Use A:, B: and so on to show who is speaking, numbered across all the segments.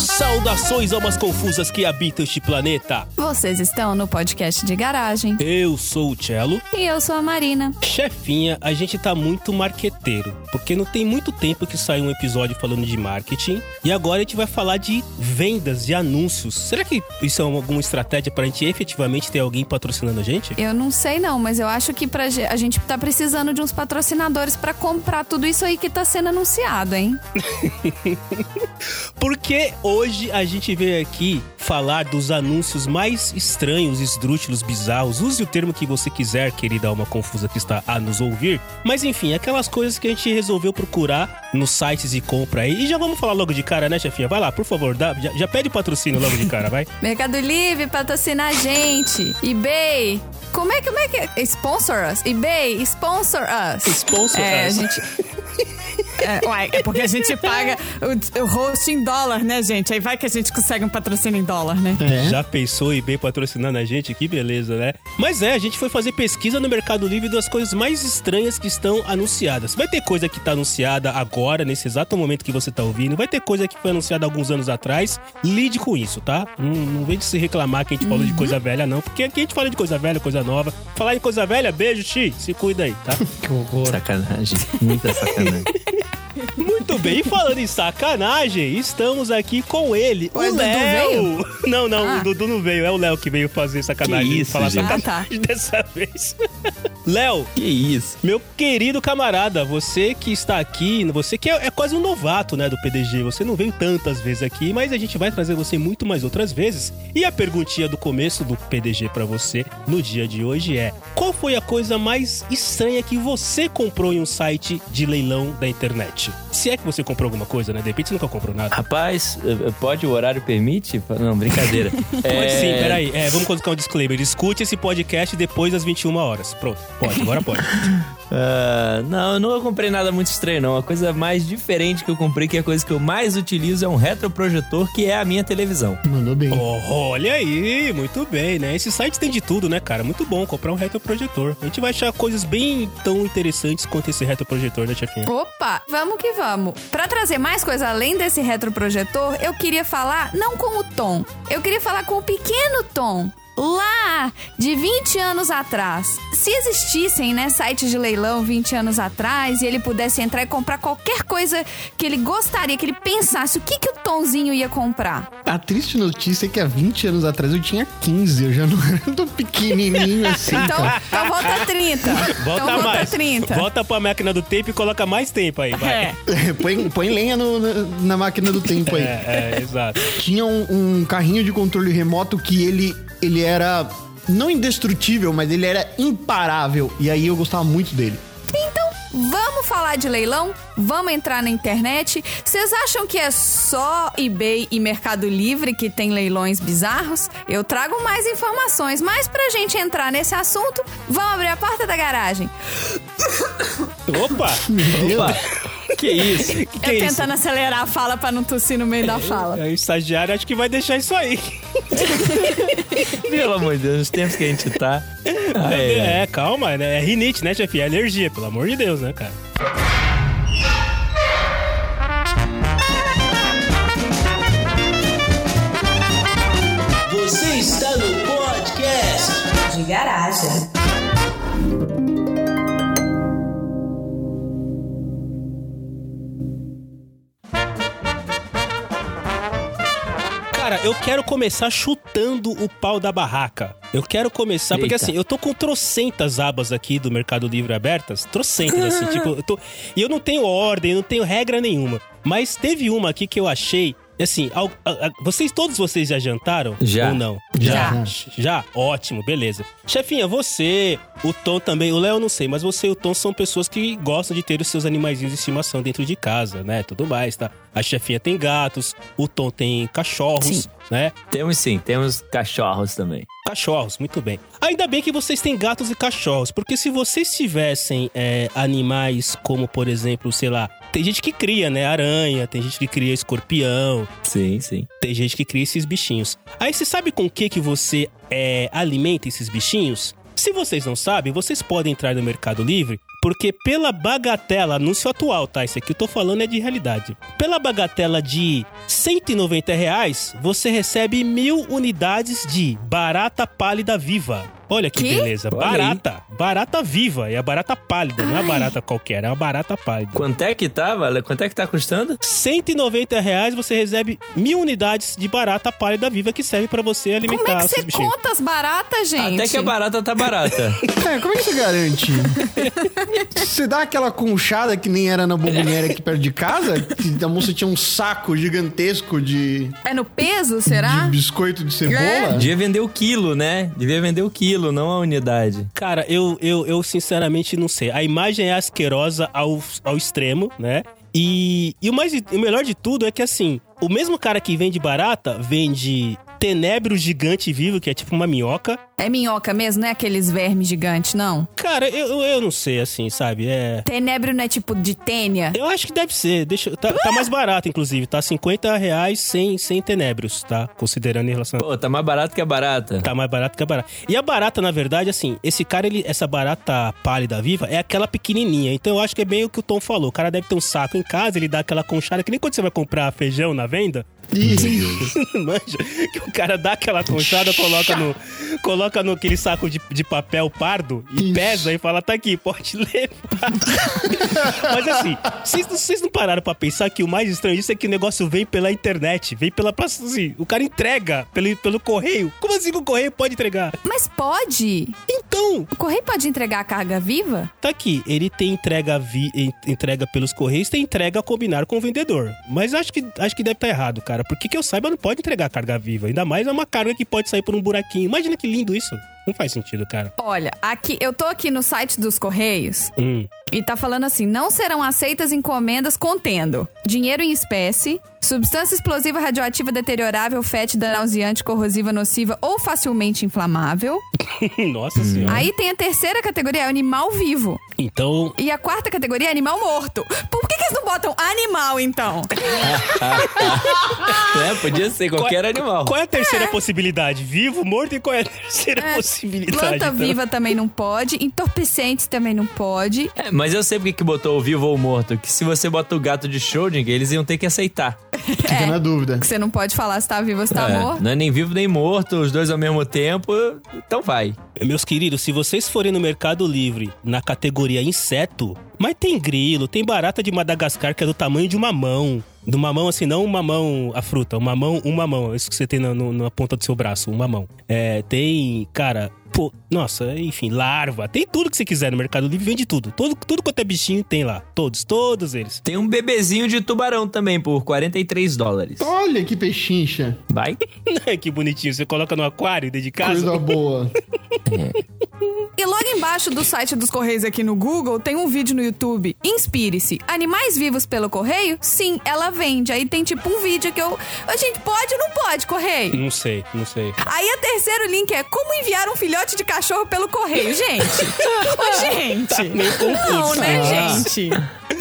A: saudações, almas confusas que habitam este planeta.
B: Vocês estão no podcast de garagem.
A: Eu sou o Cello.
B: E eu sou a Marina.
A: Chefinha, a gente tá muito marqueteiro, porque não tem muito tempo que saiu um episódio falando de marketing. E agora a gente vai falar de vendas, de anúncios. Será que isso é alguma estratégia pra gente efetivamente ter alguém patrocinando a gente?
B: Eu não sei não, mas eu acho que pra, ge- a gente tá precisando de uns patrocinadores pra comprar tudo isso aí que tá sendo anunciado, hein?
A: Porque hoje a gente veio aqui falar dos anúncios mais estranhos, esdrúxulos, bizarros. Use o termo que você quiser, querida alma confusa que está a nos ouvir. Mas enfim, aquelas coisas que a gente resolveu procurar nos sites de compra aí. E já vamos falar logo de cara, né, chefinha? Vai lá, por favor, dá- já, já pede patrocínio logo de cara, vai.
B: Mercado Livre patrocina a gente. eBay. Como é, como é que é? Sponsor us. eBay, sponsor us.
A: Sponsor
B: É, a
A: us.
B: gente...
C: É, uai, é porque a gente paga o, o host em dólar, né, gente? Aí vai que a gente consegue um patrocínio em dólar, né?
A: Já pensou em bem patrocinando a gente? Que beleza, né? Mas é, a gente foi fazer pesquisa no Mercado Livre das coisas mais estranhas que estão anunciadas. Vai ter coisa que tá anunciada agora, nesse exato momento que você tá ouvindo. Vai ter coisa que foi anunciada alguns anos atrás. Lide com isso, tá? Não, não vem de se reclamar que a gente falou de coisa velha, não. Porque aqui a gente fala de coisa velha, coisa nova. Falar em coisa velha, beijo, Ti. Se cuida aí, tá?
D: Que horror. Sacanagem. Muita sacanagem.
A: Muito bem, e falando em sacanagem, estamos aqui com ele,
B: Ué,
A: o
B: Dudu
A: Léo. Não, não,
B: Ah.
A: o Dudu não veio, é o Léo que veio fazer sacanagem.
D: Que isso,
A: falar
D: gente.
A: sacanagem
B: Ah, tá.
A: dessa vez. Léo,
D: que isso?
A: meu querido camarada, você que está aqui, você que é, é quase um novato, né, do PDG, você não veio tantas vezes aqui, mas a gente vai trazer você muito mais outras vezes. E a perguntinha do começo do PDG pra você no dia de hoje é: qual foi a coisa mais estranha que você comprou em um site de leilão da internet? Se é que você comprou alguma coisa, né? De repente você nunca comprou nada.
D: Rapaz, eh, pode o horário permite? Não, brincadeira.
A: Mas
D: É,
A: sim, peraí, é, vamos colocar um disclaimer. Escute esse podcast depois das 21 horas. Pronto, pode, agora pode.
D: ah, não, eu nunca comprei nada muito estranho, não. A coisa mais diferente que eu comprei, que é a coisa que eu mais utilizo, é um retroprojetor, que é a minha televisão.
E: Mandou bem.
A: Oh, olha aí, muito bem, né? Esse site tem de tudo, né, cara? Muito bom comprar um retroprojetor. A gente vai achar coisas bem tão interessantes quanto esse retroprojetor, né, chefinha?
B: Opa, vamos que vamos. Pra trazer mais coisa além desse retroprojetor, eu queria falar não com o Tom, eu queria falar com o pequeno Tom. Lá de 20 anos atrás. Se existissem, né, sites de leilão 20 anos atrás e ele pudesse entrar e comprar qualquer coisa que ele gostaria, que ele pensasse, o que, que o Tomzinho ia comprar?
E: A triste notícia é que há 20 anos atrás eu tinha 15, eu já não era tão pequenininho assim,
B: Então,
E: cara.
B: então volta 30.
A: Volta
B: então volta
A: mais.
B: 30.
A: Volta pra máquina do tempo e coloca mais tempo aí, vai.
C: É.
E: Põe, põe lenha no- na, na máquina do tempo aí.
A: É, é, exato.
E: Tinha um, um carrinho de controle remoto que ele, ele era não indestrutível, mas ele era imparável. E aí eu gostava muito dele.
B: Então, Vamos falar de leilão? Vamos entrar na internet? Vocês acham que é só eBay e Mercado Livre que tem leilões bizarros? Eu trago mais informações, mas pra gente entrar nesse assunto, vamos abrir a porta da garagem.
A: Opa!
D: Opa, que isso?
A: Que
B: Eu
A: que é isso?
B: tentando acelerar a fala pra não tossir no meio da fala.
A: É, O estagiário acho que vai deixar isso aí.
D: Pelo amor de Deus, os tempos que a gente tá. Ah, é.
A: É, calma, né? É rinite, né, chefinha? É alergia, pelo amor de Deus, né, cara?
F: de garagem.
A: Cara, eu quero começar chutando o pau da barraca. Eu quero começar, porque
D: Eita.
A: assim, eu tô com trocentas abas aqui do Mercado Livre abertas. Trocentas, assim, tipo, eu tô. E eu não tenho ordem, eu não tenho regra nenhuma. Mas teve uma aqui que eu achei. Assim, al- a- a- vocês, todos vocês já jantaram?
D: Já.
A: Ou não?
B: Já.
A: Já? Ótimo, beleza. Chefinha, você, o Tom também, o Léo eu não sei, mas você e o Tom são pessoas que gostam de ter os seus animaizinhos de estimação dentro de casa, né? Tudo mais, tá? A chefinha tem gatos, o Tom tem cachorros,
D: Sim.
A: né?
D: Temos sim, temos cachorros também.
A: Cachorros, muito bem. Ainda bem que vocês têm gatos e cachorros, porque se vocês tivessem é, animais como, por exemplo, sei lá, tem gente que cria, né? Aranha, tem gente que cria escorpião,
D: Sim, sim.
A: tem gente que cria esses bichinhos. Aí você sabe com o que, que você é, alimenta esses bichinhos? Se vocês não sabem, vocês podem entrar no Mercado Livre, Porque pela bagatela, anúncio atual, tá? Isso aqui eu tô falando é de realidade. Pela bagatela de 190 reais, você recebe mil unidades de barata pálida viva. Olha que,
B: Que?
A: beleza.
D: Olha aí.
A: barata. Barata viva. É a barata pálida. Não é a
B: Ai.
A: barata qualquer, é uma barata pálida.
D: Quanto é que tá, Vale? Quanto é que tá custando?
A: 190 reais você recebe mil unidades de barata pálida viva que serve pra você alimentar
B: Como é que
A: seus
B: você
A: bichinhos.
B: conta as baratas, gente?
D: Até que a barata tá barata.
E: É, como é que você garante? Você dá aquela conchada que nem era na bombonera aqui perto de casa? Que a moça tinha um saco gigantesco de,
B: É no peso,
E: de
A: Uhum.
B: será?
E: biscoito de cebola?
B: É.
D: Devia vender o quilo, né? Devia vender o quilo, não a unidade.
A: Cara, eu, eu, eu sinceramente não sei. A imagem é asquerosa ao, ao extremo, né? E, e o, mais, o melhor de tudo é que, assim, o mesmo cara que vende barata, vende tenebro gigante vivo, que é tipo uma minhoca.
B: É minhoca mesmo, não é aqueles vermes gigantes, não?
A: Cara, eu, eu, eu não sei, assim, sabe? É...
B: Tenebro não é tipo de tênia?
A: Eu acho que deve ser. Deixa, eu- tá, tá mais barato, inclusive. Tá R$ 50 reais sem, sem tenebros, tá? Considerando em relação...
D: Pô, tá mais barato que a barata.
A: Tá mais barato que a barata. E a barata, na verdade, assim, esse cara, ele, essa barata pálida viva é aquela pequenininha. Então eu acho que é bem o que o Tom falou. O cara deve ter um saco em casa, ele dá aquela conchada, que nem quando você vai comprar feijão na venda,
E: E,
A: manja, que o cara dá aquela conchada, coloca no coloca no aquele saco de, de papel pardo e
E: Isso.
A: pesa e fala, tá aqui, pode levar. Mas assim, vocês não- vocês não pararam pra pensar que o mais estranho disso é que o negócio vem pela internet, vem pela... Assim, o cara entrega pelo, pelo correio. Como assim que o correio pode entregar?
B: Mas pode?
A: Então,
B: O correio pode entregar a carga viva?
A: tá aqui. Ele tem entrega vi, en- entrega pelos correios, tem entrega a combinar com o vendedor. Mas acho que, acho que deve estar errado, cara. Porque que eu saiba, não pode entregar carga viva. Ainda mais é uma carga que pode sair por um buraquinho. Imagina que lindo isso. Não faz sentido, cara.
B: Olha, aqui eu tô aqui no site dos Correios
A: Hum.
B: e tá falando assim: não serão aceitas encomendas contendo dinheiro em espécie, substância explosiva radioativa deteriorável, fétida, nauseante, corrosiva, nociva ou facilmente inflamável.
A: Nossa senhora.
B: Aí tem a terceira categoria, animal vivo.
A: Então,
B: E a quarta categoria é animal morto. Por que, que eles não botam animal, então?
D: É, podia ser qualquer animal.
A: qual é a terceira possibilidade? Vivo, morto e qual é a terceira possibilidade?
B: Planta
A: então?
B: viva também não pode, entorpecentes também não pode.
D: É, mas eu sei porque que botou o vivo ou o morto. Que se você bota o gato de Schrödinger, eles iam ter que aceitar.
E: fica na dúvida.
B: Que você não pode falar se tá vivo ou se tá
D: É,
B: morto.
D: Não é nem vivo nem morto, os dois ao mesmo tempo. Então vai.
A: Meus queridos, se vocês forem no Mercado Livre na categoria inseto, mas tem grilo, tem barata de Madagascar que é do tamanho de uma mão. Do mamão, assim, não uma mão a fruta, uma mão, um mamão. Isso que você tem na, no- na ponta do seu braço, um mamão. É, tem, cara, pô, nossa, enfim, larva. Tem tudo que você quiser no Mercado Livre, vende tudo. Tudo, tudo quanto é bichinho tem lá. Todos, todos eles.
D: Tem um bebezinho de tubarão também por 43 dólares.
E: Olha que pechincha.
D: Vai.
A: que bonitinho, você coloca no aquário dentro de casa.
E: Coisa boa.
B: E logo embaixo do site dos Correios aqui no Google tem um vídeo no YouTube. Inspire-se. Animais vivos pelo correio? Sim, ela vende. Aí tem tipo um vídeo que eu. A gente pode ou não pode, correio?
A: Não sei, não sei.
B: Aí o terceiro link é como enviar um filhote de cachorro pelo correio, gente.
C: Ô, gente.
A: Tá Meio
B: Não,
A: confuso.
B: né,
E: Ah.
B: gente?
C: Gente.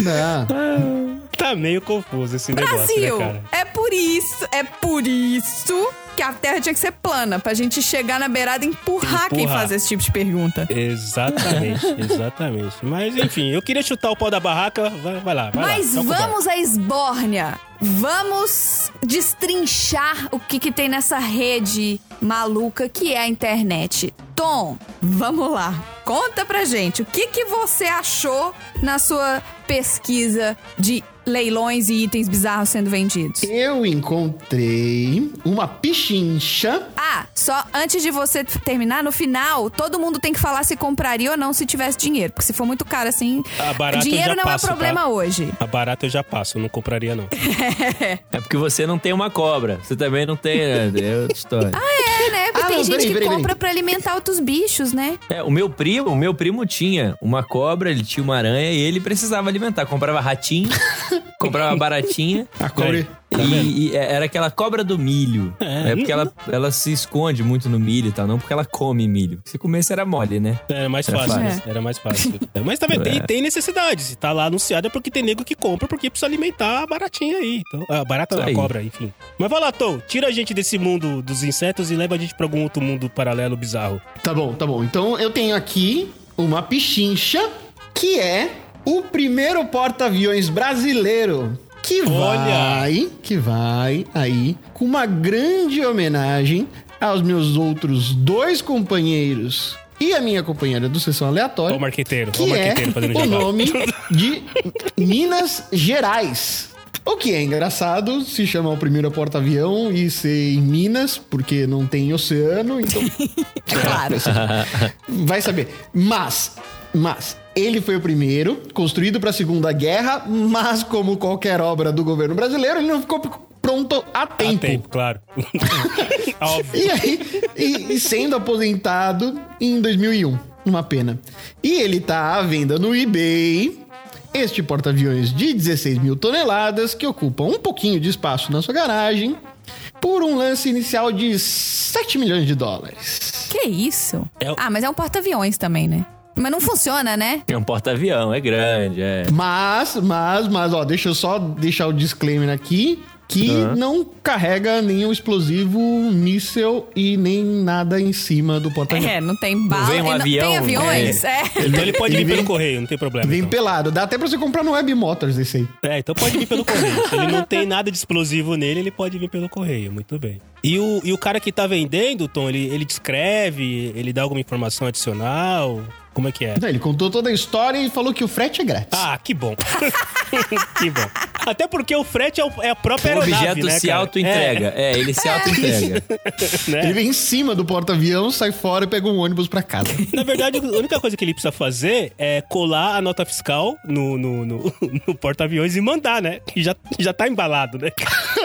E: Não.
A: Tá meio confuso esse negócio,
B: Brasil!
A: né, cara?
B: é por isso, é por isso que a Terra tinha que ser plana, pra gente chegar na beirada e empurrar, quem
A: Empurrar.
B: faz esse tipo de pergunta.
A: Exatamente, exatamente. Mas enfim, eu queria chutar o pau da barraca. Vai, vai lá, Tá então vai
B: Mas
A: lá. toca o barco.
B: vamos à esbórnia. Vamos destrinchar o que, que tem nessa rede maluca que é a internet. Tom, vamos lá. Conta pra gente o que, que você achou na sua pesquisa de leilões e itens bizarros sendo vendidos.
E: Eu encontrei uma pechincha.
B: Ah, só antes de você t- terminar, no final, todo mundo tem que falar se compraria ou não se tivesse dinheiro. Porque se for muito caro assim.
A: Ah, barato eu
B: dinheiro
A: já
B: não
A: passo,
B: é problema
A: tá?
B: hoje.
A: A barata eu já passo, eu não compraria não.
D: É porque você não tem uma cobra. Você também não tem. né? É outra história.
B: É, né? Porque
E: Ah,
B: tem
E: não,
B: gente
E: peraí,
B: que
E: peraí,
B: compra
E: peraí.
B: pra alimentar outros bichos, né?
D: É, o meu primo, o meu primo tinha uma cobra, ele tinha uma aranha e ele precisava alimentar. Comprava ratinho, comprava baratinha.
E: A cobra.
D: E, e era aquela cobra do milho. Tá É, porque ela, ela se esconde muito no milho e tal, não porque ela come milho. Se comesse era mole, né?
A: Era mais
D: Era
A: fácil,
B: fácil.
A: era mais fácil. É, Mas também tem,
D: É.
A: tem necessidade. Se tá lá anunciado é porque tem nego que compra, porque precisa alimentar a baratinha aí. Então, a barata
D: Isso
A: da
D: aí.
A: cobra, enfim. Mas vai lá, Tom, tira a gente desse mundo dos insetos e leva a gente pra algum outro mundo paralelo bizarro.
E: Tá bom, tá bom. Então eu tenho aqui uma pechincha que é o primeiro porta-aviões brasileiro que
A: Olha!
E: vai, que vai aí com uma grande homenagem aos meus outros dois companheiros e a minha companheira do Sessão Aleatória,
A: Ó o marqueteiro, ó o
E: que é
A: marqueteiro fazendo
E: o
A: jabá.
E: nome de Minas Gerais. O que é engraçado se chamar o primeiro porta-avião e ser em Minas, porque não tem oceano, então
C: É claro.
E: Vai saber. Mas, mas, ele foi o primeiro, construído para a Segunda Guerra, mas como qualquer obra do governo brasileiro, ele não ficou p- pronto a
A: Há
E: tempo.
A: tempo, claro. Óbvio.
E: E aí, e, e sendo aposentado em 2001. Uma pena. E ele tá à venda no eBay. Este porta-aviões de 16 mil toneladas, que ocupa um pouquinho de espaço na sua garagem, por um lance inicial de 7 milhões de dólares.
B: Que isso?
D: É o-
B: Ah, mas é um porta-aviões também, né? Mas não funciona, né?
D: É um porta-avião, é grande, é.
E: Mas, mas, mas, ó, deixa eu só deixar o disclaimer aqui que não carrega nenhum explosivo, míssel e nem nada em cima do porta-aviões.
B: É, não tem bala.
D: vem um
B: e não- Tem
D: avião, né?
B: aviões? É.
A: Então ele pode vir pelo correio, não tem problema.
E: Vem
A: então.
E: pelado, dá até pra você comprar no Web Motors esse aí.
A: É, então pode vir pelo correio. Se ele não tem nada de explosivo nele, ele pode vir pelo correio. Muito bem. E o, e o cara que tá vendendo, Tom, ele, ele descreve, ele dá alguma informação adicional? Como é que é?
E: Não, Ele contou toda a história e falou que o frete é grátis.
A: Ah, que bom. que bom. Até porque o frete é, o- é a própria
D: O
A: aeronave,
D: objeto
A: né,
D: se
A: cara?
D: auto-entrega. É. ele se auto-entrega.
A: É, né?
E: Ele vem em cima do porta-avião, sai fora e pega um ônibus pra casa.
A: Na verdade, a única coisa que ele precisa fazer é colar a nota fiscal no, no, no- no porta-aviões e mandar, né? Que já, já tá embalado, né?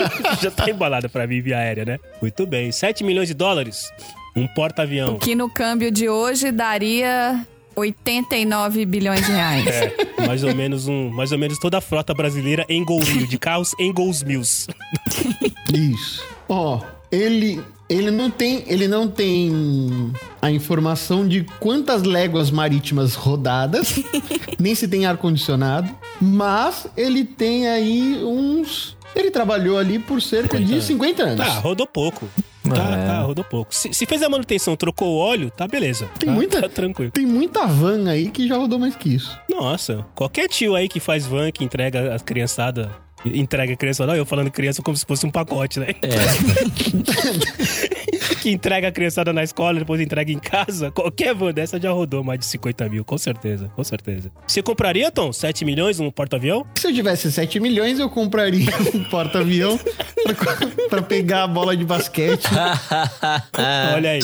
A: já tá embalado pra mim via aérea, né? Muito bem. 7 milhões de dólares, um porta-avião.
B: é. Que no câmbio de hoje daria 89 bilhões de reais.
A: É, mais ou menos um, mais ou menos toda a frota brasileira em Gol mil, de carros em Gols Mills.
E: Isso. Ó, ele ele não tem ele não tem a informação de quantas léguas marítimas rodadas, nem se tem ar condicionado, mas ele tem aí uns ele trabalhou ali por cerca de 50 anos.
A: Tá, rodou pouco. Tá,
D: É.
A: tá, rodou pouco. Se, se fez a manutenção, trocou o óleo, tá beleza.
E: Tem
A: Tá-
E: muita-
A: Tá tranquilo.
E: Tem muita van aí que já rodou mais que isso.
A: Nossa, qualquer tio aí que faz van, que entrega a criançada. Entrega a criança, olha eu falando criança como se fosse um pacote, né? que entrega a criançada na escola, depois entrega em casa. Qualquer van dessa já rodou mais de 50 mil, com certeza, com certeza. Você compraria, Tom, 7 milhões um porta-avião?
E: Se eu tivesse 7 milhões, eu compraria um porta-avião pra, pra pegar a bola de basquete
A: Olha aí.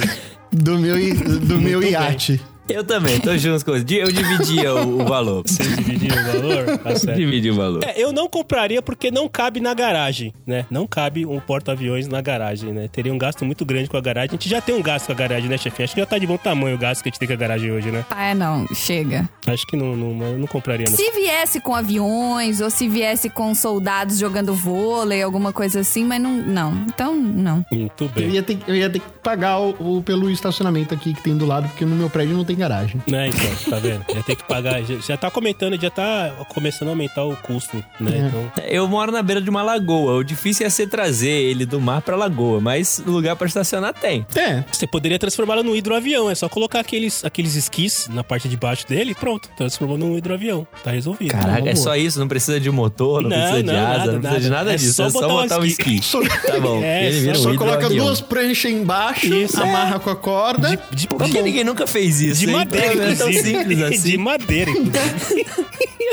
E: do meu, i- do meu iate.
D: Eu também, tô junto com você. Eu dividia o, o valor.
A: Vocês dividiram o valor? Tá certo.
D: Dividi o valor.
A: É, eu não compraria porque não cabe na garagem, né? Não cabe um porta-aviões na garagem, né? Teria um gasto muito grande com a garagem. A gente já tem um gasto com a garagem, né, chefe? Acho que já tá de bom tamanho o gasto que a gente tem com a garagem hoje, né?
B: Ah, é, não, chega.
A: Acho que não, não, eu não compraria, não.
B: Se viesse com aviões ou se viesse com soldados jogando vôlei, alguma coisa assim, mas não. Não, então não.
A: Muito
E: Eu
A: bem.
E: ia, ter, eu ia ter que pagar o, o- pelo estacionamento aqui que tem do lado, porque no meu prédio não tem garagem.
A: Né, então, tá vendo? Já tem que pagar. Já, já tá comentando, já tá começando a aumentar o custo, né?
D: É.
A: Então,
D: Eu moro na beira de uma lagoa. O difícil ia ser trazer ele do mar pra lagoa, mas lugar pra estacionar tem.
E: É,
A: você poderia transformá-lo num hidroavião. É só colocar aqueles, aqueles esquis na parte de baixo dele e pronto. Transformou num hidroavião. Tá resolvido.
D: Caraca,
E: boa.
D: é só isso, não precisa de motor, não,
A: Não,
D: precisa de
A: não,
D: asa,
A: nada,
D: não precisa de
A: nada.
D: nada
A: É
D: disso.
A: só
D: É só
A: botar um
D: botar um
A: esqui.
D: esqui.
E: só,
D: Tá bom.
A: É,
D: ele
A: só-
D: vira um
E: só coloca
D: hidroavião.
E: duas pranchas embaixo,
A: Isso,
E: amarra com a corda.
A: De, de,
D: Por que ninguém nunca fez isso?
A: de
D: hein?
A: madeira,
D: É tão
A: inclusive.
D: simples
A: De
D: assim.
A: madeira, inclusive.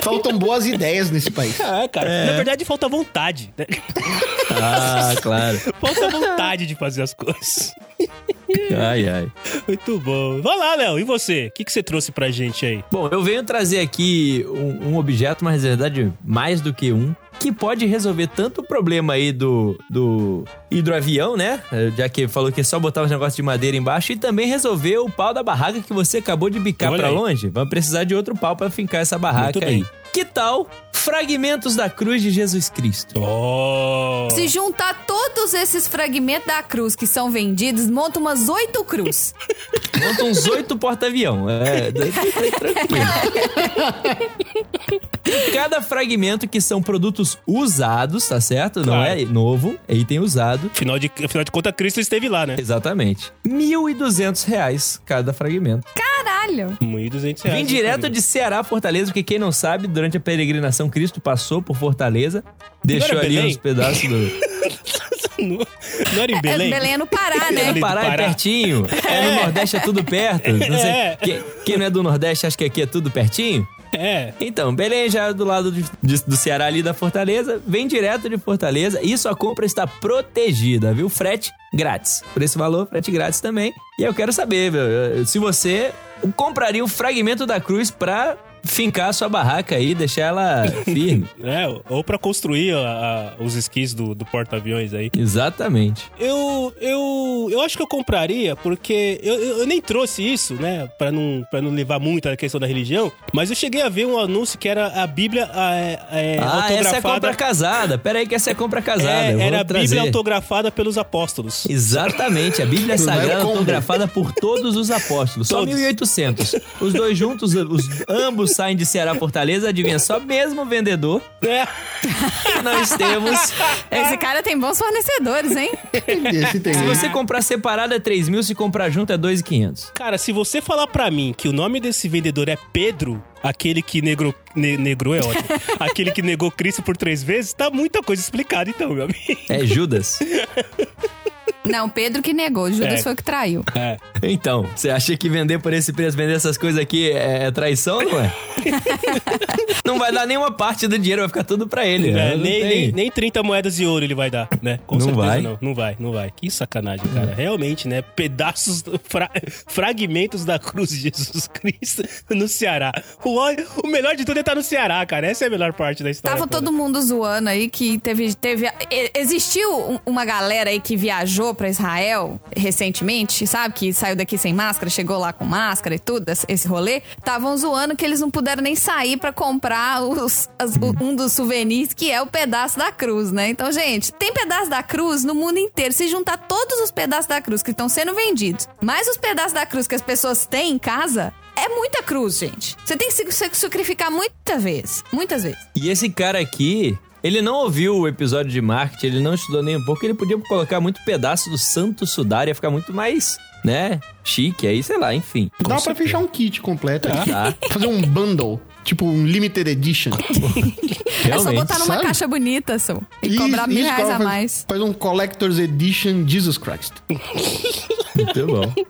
E: Faltam boas ideias nesse país.
A: Ah, cara. Na verdade, falta vontade. né?
D: Ah, claro.
A: Falta vontade de fazer as coisas.
D: Ai, ai.
A: Muito bom. Vai lá, Léo. E você? O que, que você trouxe pra gente aí?
D: Bom, eu venho trazer aqui um, um objeto, mas na verdade mais do que um, que pode resolver tanto o problema aí do, do hidroavião, né? Eh, Já que falou que é só botar os negócios de madeira embaixo e também resolver o pau da barraca que você acabou de bicar
A: Olha
D: pra
A: aí.
D: longe. Vamos precisar de outro pau pra fincar essa barraca
A: Muito bem.
D: aí. Que tal fragmentos da cruz de Jesus Cristo?
A: Oh!
B: Se juntar todos esses fragmentos da cruz que são vendidos, monta umas oito cruz.
D: Monta uns oito porta-avião. É, daí tá tranquilo. cada fragmento que são produtos usados, tá certo? Não
A: Claro.
D: é novo, é item usado.
A: Afinal de, afinal de contas, Cristo esteve lá, né?
D: Exatamente. R$ 1.200 reais cada fragmento.
B: Caralho.
A: 1.200 reais. né,
D: Vim direto de Ceará a Fortaleza, porque quem não sabe, durante a peregrinação, Cristo passou por Fortaleza, deixou
A: era
D: ali
A: Belém?
D: uns pedaços do.
A: Não, não era em Belém?
B: É, Belém é no Pará,
A: Era ali
B: né?
A: do
D: Pará é
A: Pará.
D: pertinho. É, no Nordeste é tudo perto. Não sei.
A: É.
D: Quem, quem não é do Nordeste acha que aqui é tudo pertinho?
A: É.
D: Então, Belém já é do lado de- de- do Ceará ali da Fortaleza, vem direto de Fortaleza e sua compra está protegida, viu? Frete grátis. Por esse valor, frete grátis também. E eu quero saber, meu, eh, se você compraria um fragmento da cruz pra fincar a sua barraca aí, deixar ela firme.
A: É, ou pra construir a- a- os esquis do, do porta-aviões aí.
D: Exatamente.
A: Eu, eu, eu acho que eu compraria, porque eu, eu- eu nem trouxe isso, né? Pra não, pra não levar muito a questão da religião. Mas eu cheguei a ver um anúncio que era a Bíblia é, é,
D: ah, essa é
A: autografada.
D: compra casada. Pera aí que essa é compra casada.
A: É,
D: eu vou
A: era a
D: trazer.
A: Bíblia autografada pelos apóstolos.
D: Exatamente, a Bíblia
E: Não vai
D: Sagrada
E: o combo.
D: autografada por todos os apóstolos, só
A: Todos.
D: 1800. Os dois juntos, os, ambos saem de Ceará Fortaleza, adivinha só, mesmo vendedor,
A: É.
D: nós temos...
B: Esse cara tem bons fornecedores, hein?
E: Esse tem.
D: Se você comprar separado é 3 mil, se comprar junto é 2,500.
A: Cara, se você falar pra mim que o nome desse vendedor é Pedro, aquele que negou. Ne, negrou é ótimo. aquele que negou Cristo por três vezes, tá muita coisa explicada, então, meu amigo.
D: É Judas?
B: Não, Pedro que negou. Judas
A: É.
B: foi o que traiu.
A: É.
D: Então, você acha que vender por esse preço, vender essas coisas aqui é, é traição, não é? Não vai dar nenhuma parte do dinheiro, vai ficar tudo pra ele. né?
A: É,
D: Não
A: nem,
D: tem-
A: nem, nem 30 moedas de ouro ele vai dar, né? Com
D: Não
A: certeza
D: vai. Hum.
A: não. Não vai, não vai. Que sacanagem, cara. Realmente, né? Pedaços, fra- fragmentos da cruz de Jesus Cristo no Ceará. O, ó- o melhor de tudo é estar no Ceará, cara. Essa é a melhor parte da história.
B: Tava
A: toda.
B: todo mundo zoando aí que teve. teve e- existiu um- uma galera aí que viajou pra Israel recentemente, sabe? Que saiu daqui sem máscara, chegou lá com máscara e tudo, esse- esse rolê. Estavam zoando que eles não puderam nem sair pra comprar os- as- o- um dos souvenirs, que é o pedaço da cruz, né? Então, gente, tem pedaço da cruz no mundo inteiro. Se juntar todos os pedaços da cruz que estão sendo vendidos, mais os pedaços da cruz que as pessoas têm em casa. É muita cruz, gente. Você tem que se- se sacrificar muita vez. Muitas vezes.
D: E esse cara aqui, ele não ouviu o episódio de marketing, ele não estudou nem um pouco, ele podia colocar muito pedaço do Santo Sudário, ia ficar muito mais, né, chique, aí sei lá, enfim.
E: Dá pra fechar um kit completo aí.
D: Tá,
E: Fazer um bundle, tipo um limited edition.
B: É só
D: realmente.
B: botar numa
E: sabe?
B: caixa bonita, Su. E
E: Isso-
B: cobrar mil
E: isso,
B: reais
E: cara,
B: a
E: faz-
B: mais.
E: Faz um Collector's Edition Jesus Christ.
D: Muito bom.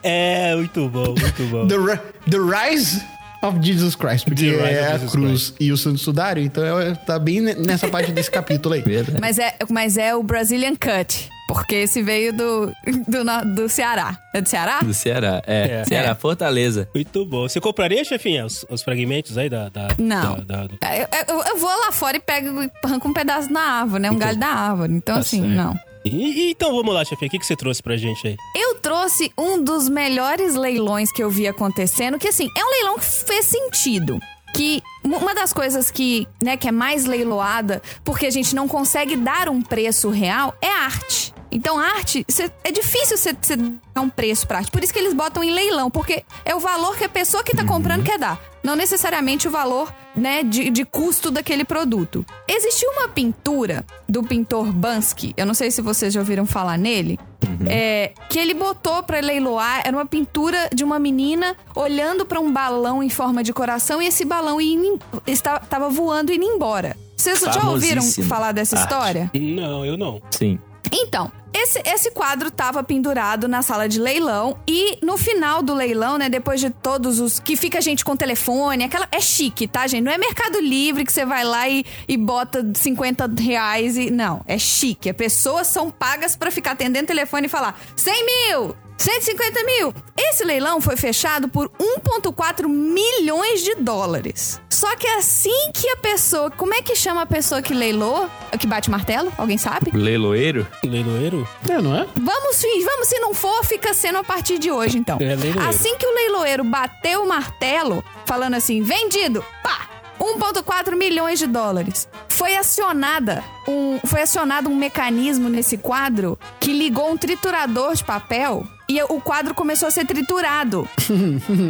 A: É, muito bom, muito bom.
E: The, Ri- The Rise of Jesus Christ, porque
A: The Rise
E: é
A: of
E: a
A: Jesus
E: cruz e o Santo Sudário, então é- tá bem ne- nessa parte desse capítulo aí.
D: Verdade.
B: Mas é, mas é o Brazilian Cut. Porque esse veio do, do, no- do Ceará. É do Ceará?
D: Do Ceará, é.
A: É.
D: Ceará, Fortaleza.
A: Muito bom. Você compraria, chefinha, os, os fragmentos aí da. da-
B: Não.
A: da- da-
B: É, Eu, eu- eu vou lá fora e pego, e arranco um pedaço da árvore, né? Um galho da árvore. Então, assim, não.
A: E- e- então vamos lá, chefinha. O que, que você trouxe pra gente aí?
B: Eu trouxe um dos melhores leilões que eu vi acontecendo, que assim, é um leilão que fez sentido. Que uma das coisas que, né, que é mais leiloada, porque a gente não consegue dar um preço real, é a arte. Então, a arte, cê- é difícil você dar um preço pra arte. Por isso que eles botam em leilão, porque é o valor que a pessoa que tá comprando quer dar. Não necessariamente o valor, né, de, de custo daquele produto. Existiu uma pintura do pintor Bansky, eu não sei se vocês já ouviram falar nele, é, que ele botou pra leiloar era uma pintura de uma menina olhando pra um balão em forma de coração e esse balão ia indo em- está- tava voando e indo embora. Vocês já ouviram
D: Famosíssima
B: falar dessa
D: arte.
B: história?
A: Não, eu não.
D: Sim.
B: Então, esse, esse quadro tava pendurado na sala de leilão e no final do leilão, né, depois de todos os que fica gente com telefone, aquela é chique, tá, gente? Não é Mercado Livre que você vai lá e, e bota 50 reais e não, é chique. As pessoas são pagas pra ficar atendendo telefone e falar 100 mil, 150 mil. Esse leilão foi fechado por 1,4 milhões de dólares. Só que assim que a pessoa, como é que chama a pessoa que leilou, que bate martelo? Alguém sabe?
D: Leiloeiro?
A: Leiloeiro?
E: É, não é?
B: Vamos, sim, vamos, se não for, fica sendo a partir de hoje, então.
A: É, leiloeiro.
B: assim que o leiloeiro bateu o martelo, falando assim, vendido, pá! 1,4 milhões de dólares. Foi acionada um, foi acionado um mecanismo nesse quadro que ligou um triturador de papel e o quadro começou a ser triturado.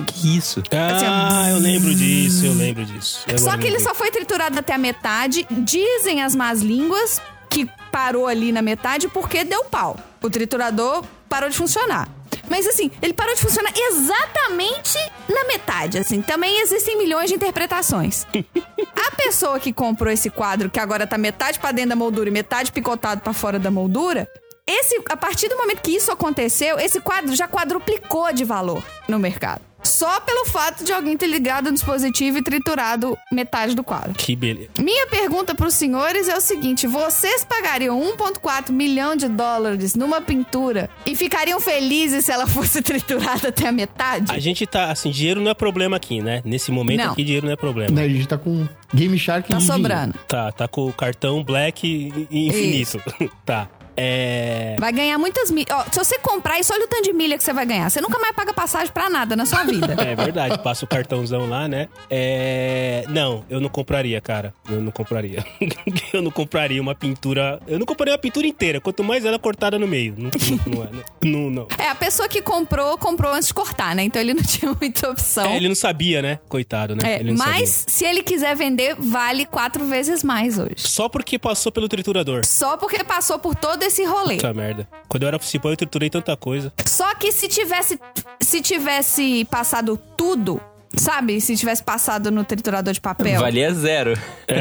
D: Que isso?
A: Ah, eu lembro disso, eu lembro disso. Eu
B: Assim, Só
A: agora
B: que ele
A: lembrei.
B: só foi triturado até a metade. Dizem as más línguas que parou ali na metade porque deu pau. O triturador parou de funcionar. Mas assim, ele parou de funcionar exatamente na metade, assim. Também existem milhões de interpretações. A pessoa que comprou esse quadro, que agora tá metade pra dentro da moldura e metade picotado pra fora da moldura, esse, a partir do momento que isso aconteceu, esse quadro já quadruplicou de valor no mercado. Só pelo fato de alguém ter ligado o dispositivo e triturado metade do quadro.
A: Que beleza.
B: Minha pergunta pros senhores é o seguinte: vocês pagariam 1,4 milhão de dólares numa pintura e ficariam felizes se ela fosse triturada até a metade?
A: A gente tá, assim, dinheiro não é problema aqui, né? Nesse momento
B: Tipo- Não.
A: aqui, dinheiro não é problema.
E: Né, a gente tá com Game Shark
B: Tá
E: de dinheiro.
B: sobrando.
A: Tá, tá com o cartão black e- e infinito. tá. É.
B: Vai ganhar muitas milhas. Ó, se você comprar isso, olha o tanto de milha que você vai ganhar. Você nunca mais paga passagem pra nada na sua vida.
A: É verdade, passa o cartãozão lá, né? É. Não, eu não compraria, cara. Eu não compraria. eu não compraria uma pintura. Eu não compraria uma pintura inteira, quanto mais ela cortada no meio. Não, não, não é. Não, não.
B: É, a pessoa que comprou, comprou antes de cortar, né? Então ele não tinha muita opção.
A: É, ele não sabia, né? Coitado, né?
B: Então? É,
A: ele não
B: mas
A: sabia.
B: se ele quiser vender, vale quatro vezes mais hoje.
A: Só porque passou pelo triturador.
B: Só porque passou por todo esse rolê.
A: Puta merda. Quando eu era principal, eu triturei tanta coisa.
B: Só que se tivesse, se tivesse passado tudo, sabe? Se tivesse passado no triturador de papel,
D: Valia zero.
A: É.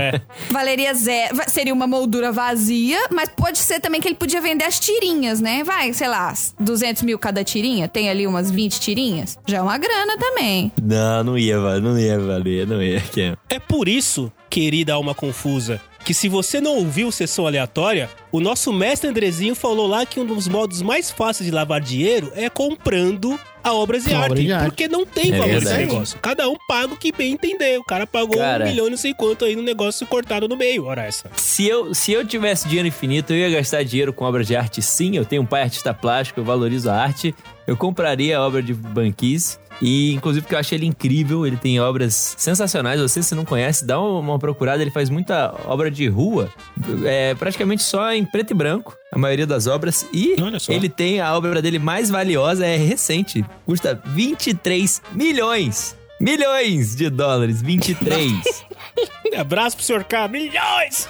B: valeria zero. va- Seria uma moldura vazia, mas pode ser também que ele podia vender as tirinhas, né? Vai, sei lá, 200 mil cada tirinha. Tem ali umas 20 tirinhas. Já é uma grana também.
D: Não, não ia, val- não ia valer, não ia. que é.
A: É por isso, querida alma confusa, que se você não ouviu sessão aleatória, o nosso mestre Andrezinho falou lá que um dos modos mais fáceis de lavar dinheiro é comprando a obras de
E: A
A: arte,
E: obra de arte. É
A: porque não tem valor esse
D: verdade.
A: negócio. Cada um paga o que bem entender. O cara pagou
D: Cara.
A: um milhão e não sei quanto aí no negócio cortado no meio, ora essa.
D: Se eu, se eu tivesse dinheiro infinito, eu ia gastar dinheiro com obras de arte, sim. Eu tenho um pai artista plástico, eu valorizo a arte. Eu compraria a obra de Banquise. E, inclusive, porque eu achei ele incrível. Ele tem obras sensacionais. Você, se não conhece, dá uma procurada. Ele faz muita obra de rua. É praticamente só em preto e branco, a maioria das obras. E
A: Olha só.
D: ele tem a obra dele mais valiosa, é recente. Custa 23 milhões. Milhões de dólares. 23.
A: Um Abraço pro senhor K, milhões!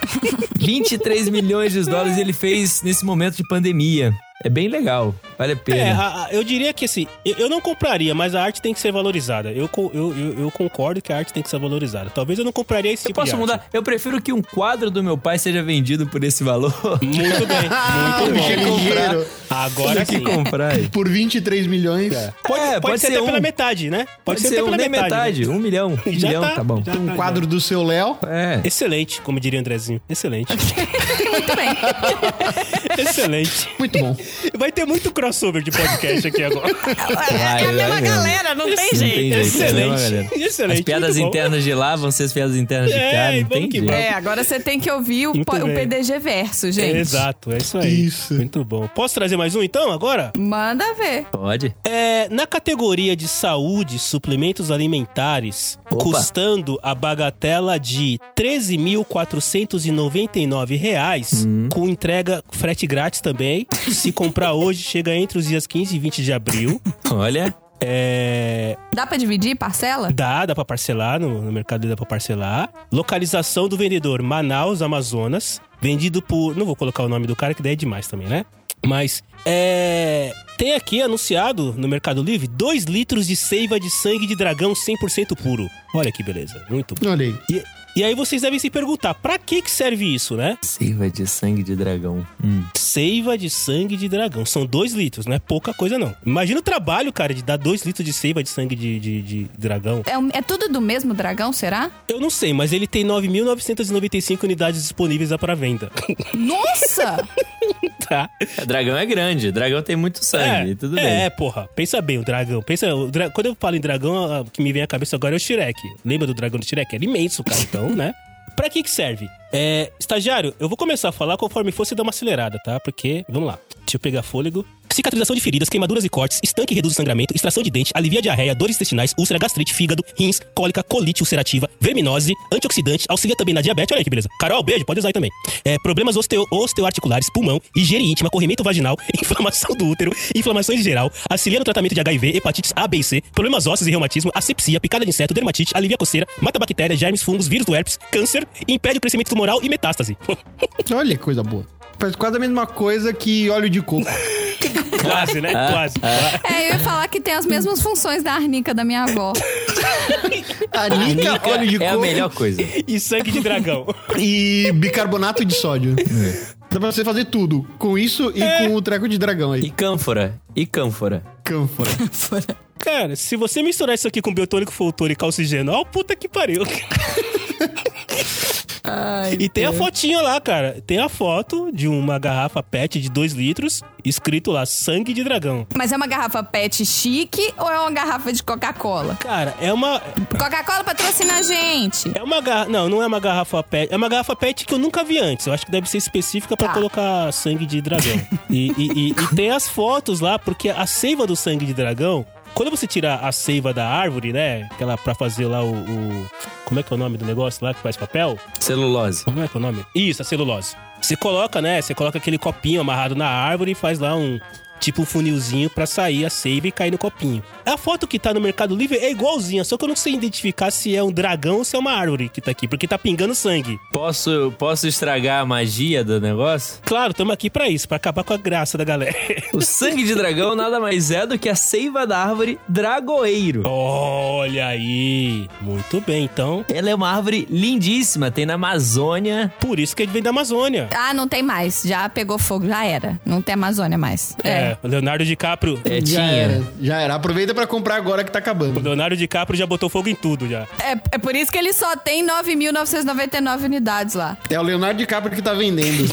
D: 23 milhões de dólares ele fez nesse momento de pandemia. É bem legal, vale a
A: É,
D: pena.
A: a- a- eu diria que assim, eu, eu não compraria, mas a arte tem que ser valorizada. Eu, co- eu, eu, eu concordo que a arte tem que ser valorizada. Talvez eu não compraria esse
D: eu
A: tipo de
D: posso
A: arte.
D: mudar? Eu prefiro que um quadro do meu pai seja vendido por esse valor
A: Muito bem, muito
E: Eu
A: bom.
E: chego ligeiro.
A: Agora
D: do que
A: sim.
D: comprar.
E: Tá Por 23 milhões.
A: Pode,
D: É,
A: pode
D: pode
A: ser,
D: ser
A: até
D: um.
A: pela metade, né? Pode,
D: Pode
A: ser,
D: ser
A: até
D: um,
A: pela
D: nem
A: metade.
D: metade, um milhão. Um
A: Já
D: milhão, tá, bom.
A: já tá.
E: Um quadro do seu Léo.
D: É.
A: Excelente, como diria o Andrezinho. Excelente.
B: Muito bem.
A: Excelente.
E: Muito bom.
A: Vai ter muito crossover de podcast aqui agora.
C: É, a
D: Vai, vai
C: mesma
D: mesmo.
C: galera, não tem
D: Não tem
C: jeito.
D: jeito,
A: Excelente,
D: né, galera?
A: excelente,
D: As piadas
A: muito bom.
D: internas de lá vão ser as piadas internas de
A: É,
D: cá, não
A: vamos
D: tem
A: que
D: jeito.
A: vamos.
B: É, agora você tem que ouvir o,
A: Muito
B: po- o
A: bem.
B: PDG verso, gente.
A: Exato, é isso aí.
E: Isso.
A: Muito bom. Posso trazer mais um então, agora?
B: Manda ver.
D: Pode.
A: É, na categoria de saúde, suplementos alimentares,
D: Opa.
A: custando a bagatela de R$ 13.499, reais, com entrega frete grátis também. Se comprar hoje, chega entre os dias 15 e 20 de abril.
D: Olha,
A: É,
B: Dá pra dividir parcela?
A: Dá, dá pra parcelar, no, no mercado dá pra parcelar. Localização do vendedor, Manaus, Amazonas. Vendido por... Não vou colocar o nome do cara, que daí é demais também, né? Mas, é... Tem aqui anunciado no Mercado Livre 2 litros de seiva de sangue de dragão 100% puro. Olha que beleza, muito bom.
E: Olha aí.
A: E, e aí vocês devem se perguntar, pra que que serve isso, né?
D: seiva de sangue de dragão. Hum.
A: Seiva de sangue de dragão. São 2 litros, não é pouca coisa não. Imagina o trabalho, cara, de dar 2 litros de seiva de sangue de- de- de dragão.
B: É, um- é tudo do mesmo dragão, será?
A: Eu não sei, mas ele tem 9.995 unidades disponíveis à venda
B: Nossa!
A: Tá?
D: Dragão é grande, dragão tem muito sangue,
A: é,
D: Tá tudo
A: é,
D: bem.
A: é, porra. Pensa bem, o dragão. Pensa, o dra- quando eu falo em dragão, o que me vem à cabeça agora é o Shrek. Lembra do dragão do Shrek? Era imenso, cara. Então, né? Pra que que serve? É, estagiário, eu vou começar a falar conforme for, você dá uma acelerada, tá? Porque, vamos lá. Deixa eu pegar fôlego. cicatrização de feridas, queimaduras e cortes, estanque e reduz o sangramento, extração de dente, alivia a diarreia, dores intestinais, úlcera, gastrite, fígado, rins, cólica, colite ulcerativa, verminose, antioxidante, auxilia também na diabetes. Olha aí que beleza. Carol, beijo, pode usar aí também. É, problemas osteo, osteoarticulares, pulmão, higiene íntima, corrimento vaginal, inflamação do útero, inflamações em geral, auxilia no tratamento de HIV, hepatites A, B e C, problemas ósseos e reumatismo, asepsia, picada de inseto, dermatite, alivia a coceira, mata bactérias, germes, fungos, vírus do herpes, câncer, impede o crescimento tumoral e metástase.
E: Olha que coisa boa. Faz quase a mesma coisa que óleo de coco.
A: Quase, né? Quase.
B: É, eu ia falar que tem as mesmas funções da arnica da minha avó.
E: Anica,
D: Nica
E: óleo de
D: é
E: coco
D: a melhor coisa.
A: E sangue de dragão.
E: e bicarbonato de sódio. Dá pra você fazer tudo. Com isso e com o treco de dragão
D: É. E
E: aí.
D: cânfora. E cânfora.
E: Cânfora.
A: Cara, se você misturar isso aqui com biotônico, foltônico e calcigenol, puta que pariu. e tem a fotinha lá, cara. Tem a foto de uma garrafa PET de 2 litros, escrito lá, sangue de dragão.
B: Mas é uma garrafa pet chique ou é uma garrafa de Coca-Cola?
A: Cara, é uma.
B: Coca-Cola patrocina a gente.
A: É uma garrafa. Não, não é uma garrafa PET. É uma garrafa PET que eu nunca vi antes. Eu acho que deve ser específica pra
B: Tá.
A: colocar sangue de dragão. e, e- e- e tem as fotos lá, porque a seiva do sangue de dragão. Quando você tira a seiva da árvore, né? Aquela pra fazer lá o, o- Como é que é o nome do negócio lá que faz papel?
D: Celulose.
A: Como é que é o nome? Isso, a celulose. Você coloca, né? Você coloca aquele copinho amarrado na árvore e faz lá um. Tipo um funilzinho pra sair a seiva e cair no copinho. A foto que tá no Mercado Livre é igualzinha, só que eu não sei identificar se é um dragão ou se é uma árvore que tá aqui, porque tá pingando sangue.
D: Posso, posso estragar a magia do negócio?
A: Claro, tamo aqui pra isso, pra acabar com a graça da galera.
D: O sangue de dragão nada mais é do que a seiva da árvore dragoeiro.
A: Olha aí. Muito bem, então.
D: Ela é uma árvore lindíssima, tem na Amazônia.
A: Por isso que ele vem da Amazônia.
B: Ah, não tem mais. Já pegou fogo, já era. Não tem Amazônia mais. É.
A: É, o Leonardo DiCaprio.
D: É,
E: Já
D: tinha.
E: era. Já era. Aproveita pra comprar agora que tá
A: O
E: acabando.
A: Leonardo DiCaprio já botou fogo em tudo já.
B: É, é por isso que ele só tem 9.999 unidades lá.
E: É o Leonardo DiCaprio que tá vendendo.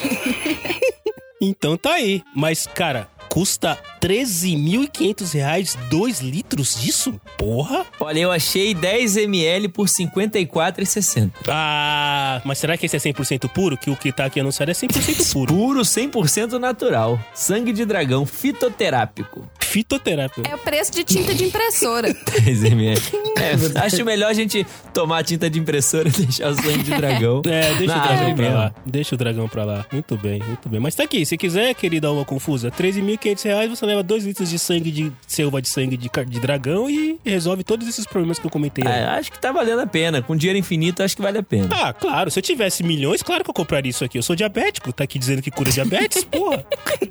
A: Então tá aí. Mas, cara, custa 13.500 reais 2 litros disso? Porra!
D: Olha, eu achei 10 ml por 54,60.
A: Ah, mas será que esse é 100% puro? Que o que tá aqui anunciado é 100% puro.
D: Puro 100% natural. Sangue de dragão fitoterápico.
A: Fitoterapia.
B: É o preço de tinta de impressora.
D: 10 ml. É, acho melhor a gente tomar tinta de impressora e deixar o sangue de dragão.
A: É, deixa
D: na
A: o dragão
D: árvore
A: pra
D: mesmo.
A: lá. Deixa o dragão pra lá. Muito bem, muito bem. Mas tá aqui, se quiser, querida alma confusa, 13.500 reais você leva 2 litros de sangue de selva de sangue de, car- de dragão e resolve todos esses problemas que eu comentei. aí.
D: Ah, acho que tá valendo a pena. Com dinheiro infinito, acho que vale a pena.
A: Ah, claro, se eu tivesse milhões, claro que eu compraria isso aqui. Eu sou diabético, tá aqui dizendo que cura diabetes, porra.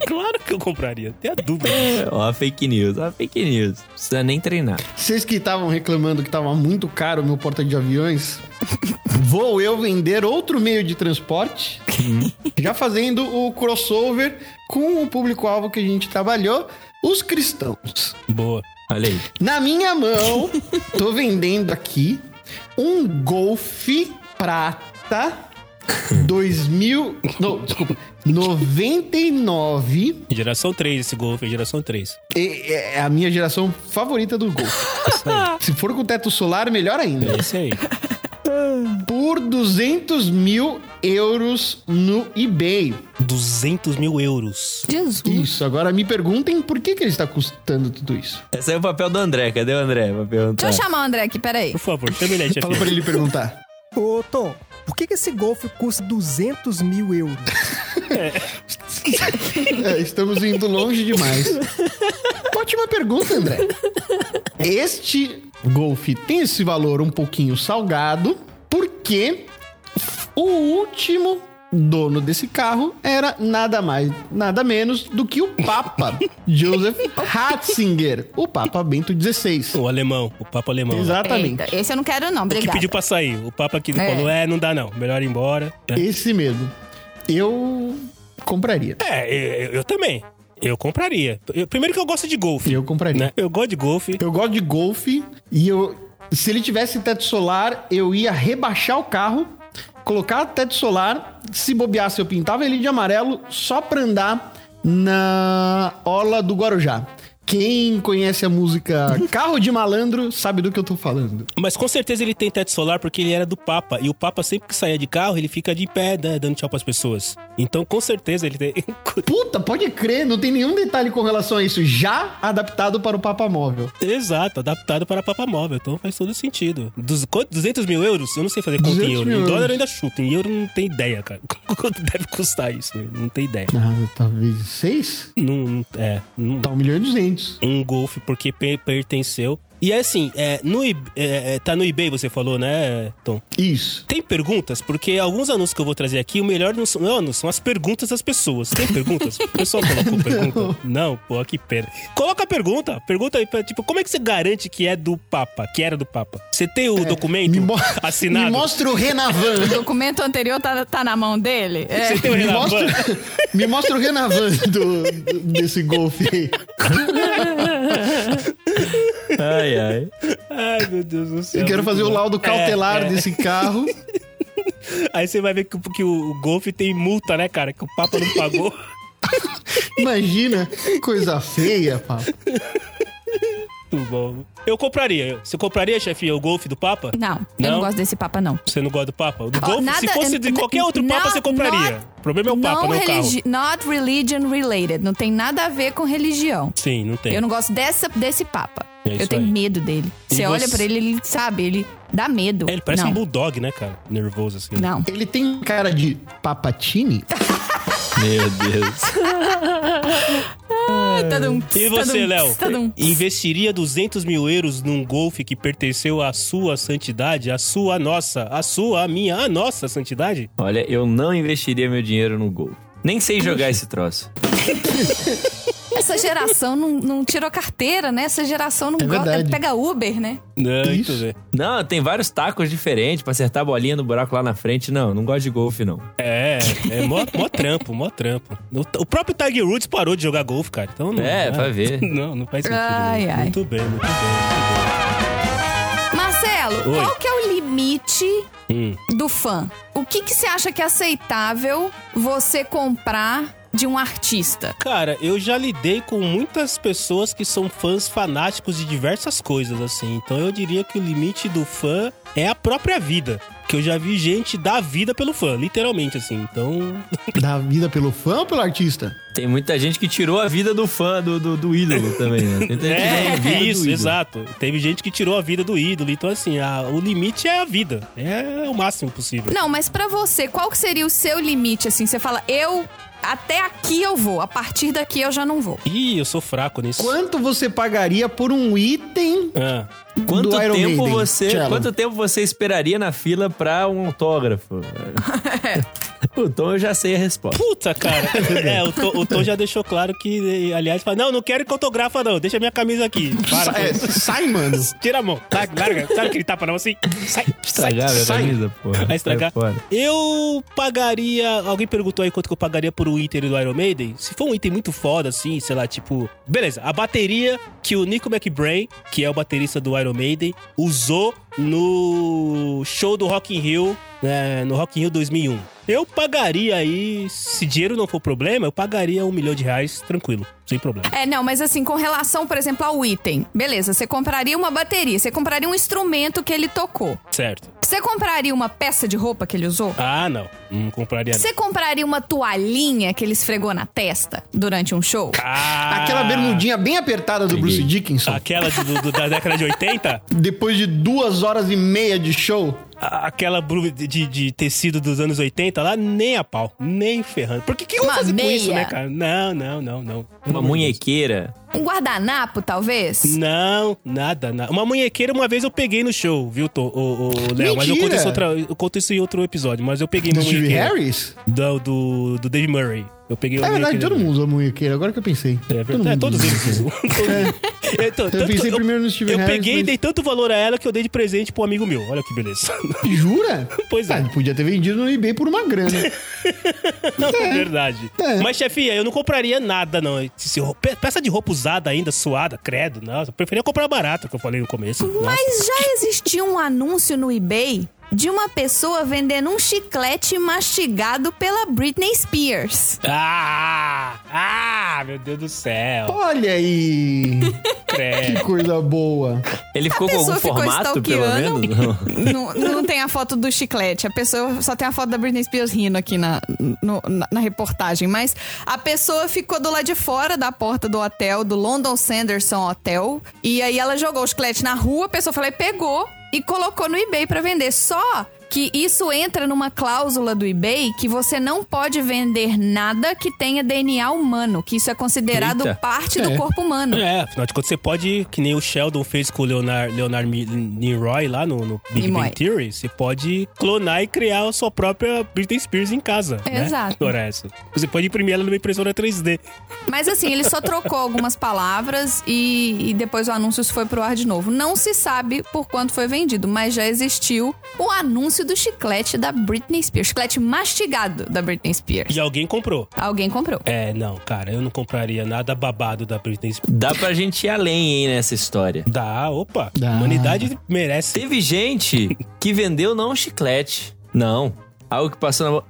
A: Claro que eu compraria, tem a dúvida.
D: Ó, a fake news, ó, a fake news. Não precisa nem treinar.
E: Vocês que estavam reclamando que tava muito caro o meu porta de aviões, vou eu vender outro meio de transporte, já fazendo o crossover com o público-alvo que a gente trabalhou, os cristãos.
A: Boa.
D: Olha aí.
E: Na minha mão, tô vendendo aqui um Golf Prata 2000, não, desculpa, 99.
A: Geração 3 esse Golf, é geração 3.
E: E- É a minha geração favorita do Golf. Se for com teto solar, melhor ainda.
A: É isso aí.
E: por 200 mil euros no eBay.
A: 200 mil euros.
B: Jesus.
E: Isso, agora me perguntem por que, que ele está custando tudo isso.
D: Esse aí é o papel do André. Cadê o André? Pra
B: Deixa
D: perguntar.
B: eu
A: É.
B: chamar o André aqui, peraí.
A: Por favor, chama ele aí,
E: Fala
A: chefe.
E: pra ele perguntar.
F: Ô, Tom, por que, que esse golfe custa 200 mil euros?
E: É, estamos indo longe demais. Ótima pergunta, André. Este Golf tem esse valor um pouquinho salgado, porque o último dono desse carro era nada mais, nada menos do que o Papa Joseph Ratzinger, o Papa Bento XVI.
A: O alemão, o Papa alemão. lá.
E: Exatamente.
B: Eita, esse eu não quero não,
A: Que
B: obrigada.
A: pediu pra sair. O Papa que falou, é, não dá não, melhor ir embora.
E: Esse mesmo. Eu compraria.
A: É, eu, eu também. Eu compraria. Eu- primeiro que eu gosto de Golf.
E: Eu compraria.
A: né? Eu gosto de Golf.
E: Eu gosto de golfe e eu. Se ele tivesse teto solar, eu ia rebaixar o carro, colocar teto solar. Se bobeasse, eu pintava ele de amarelo só pra andar na orla do Guarujá. Quem conhece a música Carro de Malandro sabe do que eu tô falando.
A: Mas com certeza ele tem teto solar porque ele era do Papa. E o Papa, sempre que saía de carro, ele fica de pé né, dando tchau pras pessoas. Então, com certeza ele tem.
E: Puta, pode crer, não tem nenhum detalhe com relação a isso. Já adaptado para o Papa Móvel.
A: Exato, adaptado para Papa Móvel. Então faz todo sentido. Dos, quanto- 200 mil euros? Eu não sei fazer conta em
E: 200
A: euro.
E: mil
A: Em dólar eu
E: euros.
A: ainda chuto. Em euro eu não tenho ideia, cara. Quanto deve custar isso? Eu Não tenho ideia.
E: Ah, talvez seis?
A: Não, não- é, não,
E: Tá um milhão e duzentos.
A: um golfe porque per- pertenceu. E é assim, é, no, i- é, é, tá no eBay, você falou, né, Tom?
E: Isso.
A: Tem perguntas? Porque alguns anúncios que eu vou trazer aqui, o melhor não são não, anúncios, são as perguntas das pessoas. Tem perguntas? O pessoal colocou pergunta? Não, pô, que pena. Coloca a pergunta. Pergunta aí, pra- tipo, como é que você garante que é do Papa? Que era do Papa? Você tem o documento
E: É, Me, mo-
A: assinado?
E: me mostra o Renavan.
C: O documento anterior tá, tá na mão dele?
A: Você
C: É.
A: tem o
E: Me
A: Renavan?
E: mostra, me mostra o Renavan do- do- desse golfe aí.
D: Ai, ai.
A: Ai, meu Deus do céu.
E: Eu quero
A: muito
E: fazer o
A: bom.
E: laudo cautelar
A: É, é.
E: desse carro.
A: Aí você vai ver que, que o, o golfe tem multa, né, cara? Que o Papa não pagou.
E: Imagina, que coisa feia, papo.
A: Muito bom. Eu compraria. Você compraria, chefinha, o golfe do Papa?
B: Não, eu
A: Não?
B: não gosto desse papa, não.
A: Você não gosta do Papa? O do
B: Ó,
A: golfe, se
B: nada-
A: fosse de
B: n-
A: qualquer outro
B: n-
A: Papa,
B: not-
A: você compraria.
B: not-
A: O problema é o Papa, não, o carro.
B: religi- Not religion related. Não tem nada a ver com religião.
A: Sim, não tem.
B: Eu não gosto dessa, desse papa.
A: É isso
B: eu tenho
A: aí.
B: medo dele.
A: E
B: Você, olha
A: você-
B: pra ele, ele sabe, ele dá medo.
A: É, ele parece
B: não.
A: um bulldog, né, cara? Nervoso assim.
B: Não.
E: Ele tem cara de papatini?
D: Meu Deus.
B: Tadum,
A: É. E
B: tadum,
A: você, Léo?
B: tadum.
A: Investiria 200 mil euros num golfe que pertenceu à sua santidade, à sua, à nossa, à sua, à minha, à nossa santidade?
D: Olha, eu não investiria meu dinheiro no gol. Nem sei jogar esse troço.
B: Essa geração não, não tirou carteira, né? Essa geração não
E: É
B: gosta.
E: verdade.
B: Pega Uber, né?
A: Não,
E: Isso.
A: muito bem.
D: Não, tem vários tacos diferentes pra acertar a bolinha no buraco lá na frente. Não, não gosto de golfe, não.
A: É, é mó, mó trampo, mó trampo. O, o próprio Tiger Woods parou de jogar golfe, cara. Então não,
D: É,
A: ah,
D: vai ver.
A: Não, não faz sentido.
B: Ai, ai.
A: Muito bem, muito bem, muito
B: Marcelo,
A: Oi.
B: qual que é o limite
A: bem. Hum.
B: do fã? O que, que você acha que é aceitável você comprar de um artista?
A: Cara, eu já lidei com muitas pessoas que são fãs fanáticos de diversas coisas, assim. Então eu diria que o limite do fã é a própria vida. Que eu já vi gente dar vida pelo fã, literalmente, assim. Então.
E: Da vida pelo fã ou pelo artista?
D: Tem muita gente que tirou a vida do fã, do, do, do ídolo também, né? Tem muita gente que tirou a vida do
A: é isso,
D: ídolo.
A: exato. Teve gente que tirou a vida do ídolo. Então, assim, a- o limite é a vida. É o máximo possível.
B: Não, mas pra você, qual que seria o seu limite, assim? Você fala, eu... Até aqui eu vou, a partir daqui eu já não vou.
A: Ih, eu sou fraco nisso.
E: Quanto você pagaria por um item
A: Ah,
D: Quanto
E: do Iron
D: tempo
E: Maiden,
D: você,
E: Cello?
D: quanto tempo você esperaria na fila pra um autógrafo? o Tom eu já sei a resposta.
A: puta, cara. é, o Tom, o Tom já deixou claro que, aliás, fala: não, não quero que autografa, não. Deixa minha camisa aqui. Para,
E: Sa-
A: com
E: é,
A: isso.
E: sai, mano.
A: Tira a mão, larga, larga. Sabe aquele tapa na mão assim? Sai,
D: Estragar
A: sai,
D: minha
A: sai.
D: camisa, porra.
A: Vai estragar.
D: Sai fora.
A: Eu pagaria. Alguém perguntou aí quanto que eu pagaria por um item do Iron Maiden? Se for um item muito foda, assim, sei lá, tipo. Beleza, a bateria que o Nico McBrain, que é o baterista do Iron Maiden, usou no show do Rock in Rio, né, no Rock in Rio 2001. Eu pagaria aí, se dinheiro não for problema, eu pagaria um milhão de reais tranquilo, sem problema.
B: É, não, mas assim, com relação, por exemplo, ao item. Beleza, você compraria uma bateria, você compraria um instrumento que ele tocou.
A: Certo.
B: Você compraria uma peça de roupa que ele usou?
A: Ah, não. Não compraria não.
B: Você compraria uma toalhinha que ele esfregou na testa durante um show?
A: Ah,
E: Aquela bermudinha bem apertada do Bruce Dickinson.
A: Aquela de- do- do- da década de 80?
E: Depois de duas horas e meia de show.
A: A- Aquela bru- de, de tecido dos anos 80 lá, nem a pau, nem ferrando. Porque que eu vou
B: Uma
A: fazer com isso,
B: meia.
A: né, cara? Não, não, não, não.
D: Uma munhequeira.
B: Um guardanapo, talvez?
A: Não, nada, nada. Uma munhequeira uma vez eu peguei no show, viu, Tô, o, o Léo? Mas eu conto,
E: Mentira!
A: isso outra- eu conto isso em outro episódio, mas eu peguei
E: Do
A: uma
E: Steve
A: munhequeira.
E: Harris?
A: Do, do, do Dave Murray. Eu peguei uma
E: É verdade,
A: munhequeira
E: todo
A: dele.
E: mundo usa munhequeira, agora que eu pensei.
A: É
E: Todo
A: verdade, é,
E: mundo
A: todos
E: usa.
A: eles. usam. Eu, tô- tanto-
E: pensei primeiro no Steve
A: Eu
E: Harris,
A: peguei e
E: mas-
A: dei tanto valor a ela que eu dei de presente pro amigo meu. Olha que beleza.
E: Jura?
A: Pois é.
E: Ah, podia ter vendido no eBay por uma grana.
A: Não, é verdade.
E: É.
A: Mas, chefinha, eu não compraria nada, não. Se- se- pe- peça de roupa usada ainda, suada, credo. Não, eu preferia comprar barata, que eu falei no começo. Nossa.
B: Mas já existiu um anúncio no eBay de uma pessoa vendendo um chiclete mastigado pela Britney Spears.
A: Ah! Ah! Meu Deus do céu!
E: Olha aí,
A: Credo.
E: que coisa boa.
D: Ele ficou com algum
B: pessoa ficou
D: formato, pelo
B: stalkeando.
D: menos?
C: Não,
D: Não.
C: não tem a foto do chiclete. A pessoa só tem a foto da Britney Spears rindo aqui na, no- na, na reportagem. Mas a pessoa ficou do lado de fora da porta do hotel, do London Sanderson Hotel. E aí ela jogou o chiclete na rua, a pessoa falou e pegou e colocou no eBay pra vender. Só que isso entra numa cláusula do eBay que você não pode vender nada que tenha DNA humano, que isso é considerado
D: Eita.
C: parte
E: É.
C: do corpo humano.
A: É, afinal de contas, você pode, que nem o Sheldon fez com o Leonard, Leonard Mi- Nimoy lá no, no Big
C: Nimoy.
A: Bang Theory, você pode clonar e criar a sua própria Britney Spears em casa. né?
B: Exato.
A: Adora essa. Você pode imprimir ela numa impressora 3D.
B: Mas assim, ele só trocou algumas palavras e, e depois o anúncio foi pro ar de novo. Não se sabe por quanto foi vendido, mas já existiu o anúncio do chiclete da Britney Spears. Chiclete mastigado da Britney Spears.
A: E alguém comprou.
B: Alguém comprou.
A: É, não, cara, eu não compraria nada babado da Britney Spears.
D: Dá pra gente ir além, hein, nessa história.
A: Dá, opa. A
E: Dá.
A: humanidade merece.
D: Teve gente que vendeu não um chiclete. Não. Algo que passou na mão.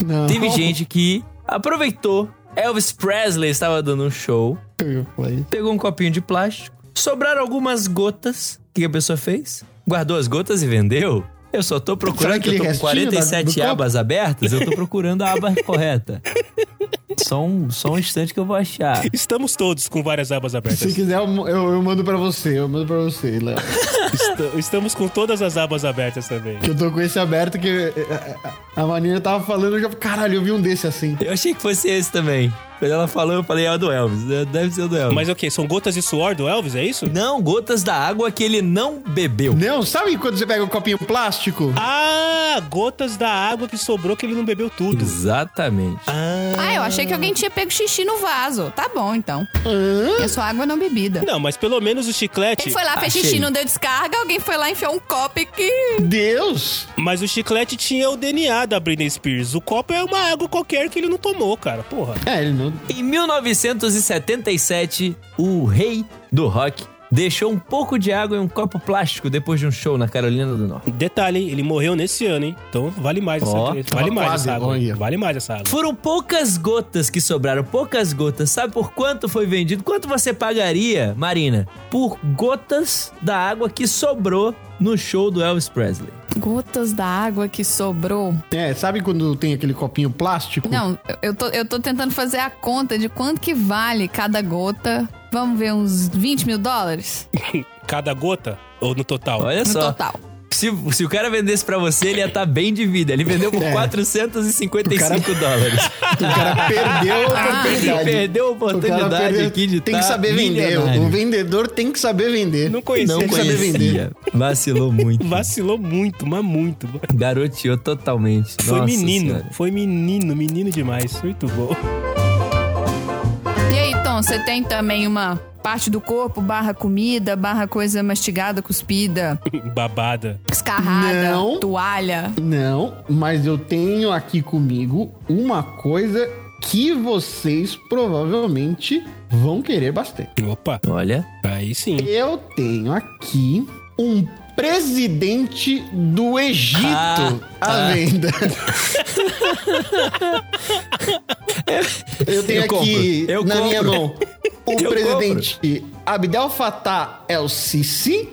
D: Não.
E: Não.
D: Teve gente que aproveitou. Elvis Presley estava dando um show.
E: Eu falei,
D: Pegou um copinho de plástico. Sobraram algumas gotas. O que a pessoa fez? Guardou as gotas e vendeu? Eu só tô
E: Será
D: procurando que eu tô
E: aquele
D: com
E: restinho da-
D: 47
E: do copo?
D: abas abertas. Eu tô procurando a aba correta. Só um, só um instante que eu vou achar.
A: Estamos todos com várias abas
E: Se
A: abertas.
E: quiser, eu, eu- eu mando pra você, eu mando pra você, Léo.
A: Est- Estamos com todas as abas abertas também.
E: Que eu tô com esse aberto que eh, a, a Marina tava falando, eu já, caralho, eu vi um desse assim.
D: Eu achei que fosse esse também. Quando ela falou, eu falei, é o do Elvis. Deve ser o do Elvis.
A: Mas o quê? São gotas de suor do Elvis, é isso?
D: Não, gotas da água que ele não bebeu.
E: Não, sabe quando você pega o copinho plástico?
A: Ah, gotas da água que sobrou que ele não bebeu tudo.
D: Hum. Exatamente.
C: Ah, eu achei que alguém tinha pego xixi no vaso. Tá bom, então. É só água não bebida.
A: Não, mas pelo menos o chiclete.
B: Ele foi lá, fez
D: Achei.
B: xixi, não deu descarga, alguém foi lá, enfiou um copo e que.
E: Deus!
A: Mas o chiclete tinha o DNA da Britney Spears. O copo é uma água qualquer que ele não tomou, cara. Porra.
E: É, ele não.
D: Em 1977, o rei do rock deixou um pouco de água em um copo plástico depois de um show na Carolina do Norte.
A: Detalhe, hein? Ele morreu nesse ano, hein? Então vale mais essa,
D: Ó,
A: vale
E: tava
A: mais
E: quase,
A: essa água.
E: olha.
A: Vale mais essa água.
D: Foram poucas gotas que sobraram, poucas gotas. Sabe por quanto foi vendido? Quanto você pagaria, Marina, por gotas da água que sobrou no show do Elvis Presley?
C: Gotas da água que sobrou.
E: É, sabe quando tem aquele copinho plástico?
B: Não, eu tô, eu tô tentando fazer a conta de quanto que vale cada gota. Vamos ver, uns 20 mil dólares?
A: Cada gota ou no total?
D: Olha
B: No
D: É só.
B: total.
D: Se, se o cara vendesse pra você, ele ia estar bem de vida. Ele vendeu por
E: É.
D: 455 dólares.
E: O cara perdeu a oportunidade.
D: Ah, Perdeu a
E: O cara
D: oportunidade
E: perdeu-
D: aqui de
E: Tem que
D: tá
E: saber vender.
D: milionário.
E: O vendedor tem que saber vender.
A: Não conhecia.
D: Não
E: tem que saber
D: conhecia. Vacilou muito.
A: Vacilou muito, mas muito.
D: Garoteou totalmente.
A: Foi
D: Nossa
A: menino,
D: Senhora.
A: foi menino, menino demais. Muito bom.
B: E aí, Tom, você tem também uma parte do corpo, barra comida, barra coisa mastigada, cuspida,
A: Babada.
B: escarrada,
E: Não.
B: toalha.
E: Não, mas eu tenho aqui comigo uma coisa que vocês provavelmente vão querer bastante.
A: Opa,
D: Olha,
A: aí sim.
E: Eu tenho aqui um presidente do Egito
D: Ah,
E: à venda. eu tenho
D: Eu compro,
E: aqui
D: eu
E: na
D: compro.
E: minha mão o
D: Eu
E: presidente Abdel Fattah el-Sisi,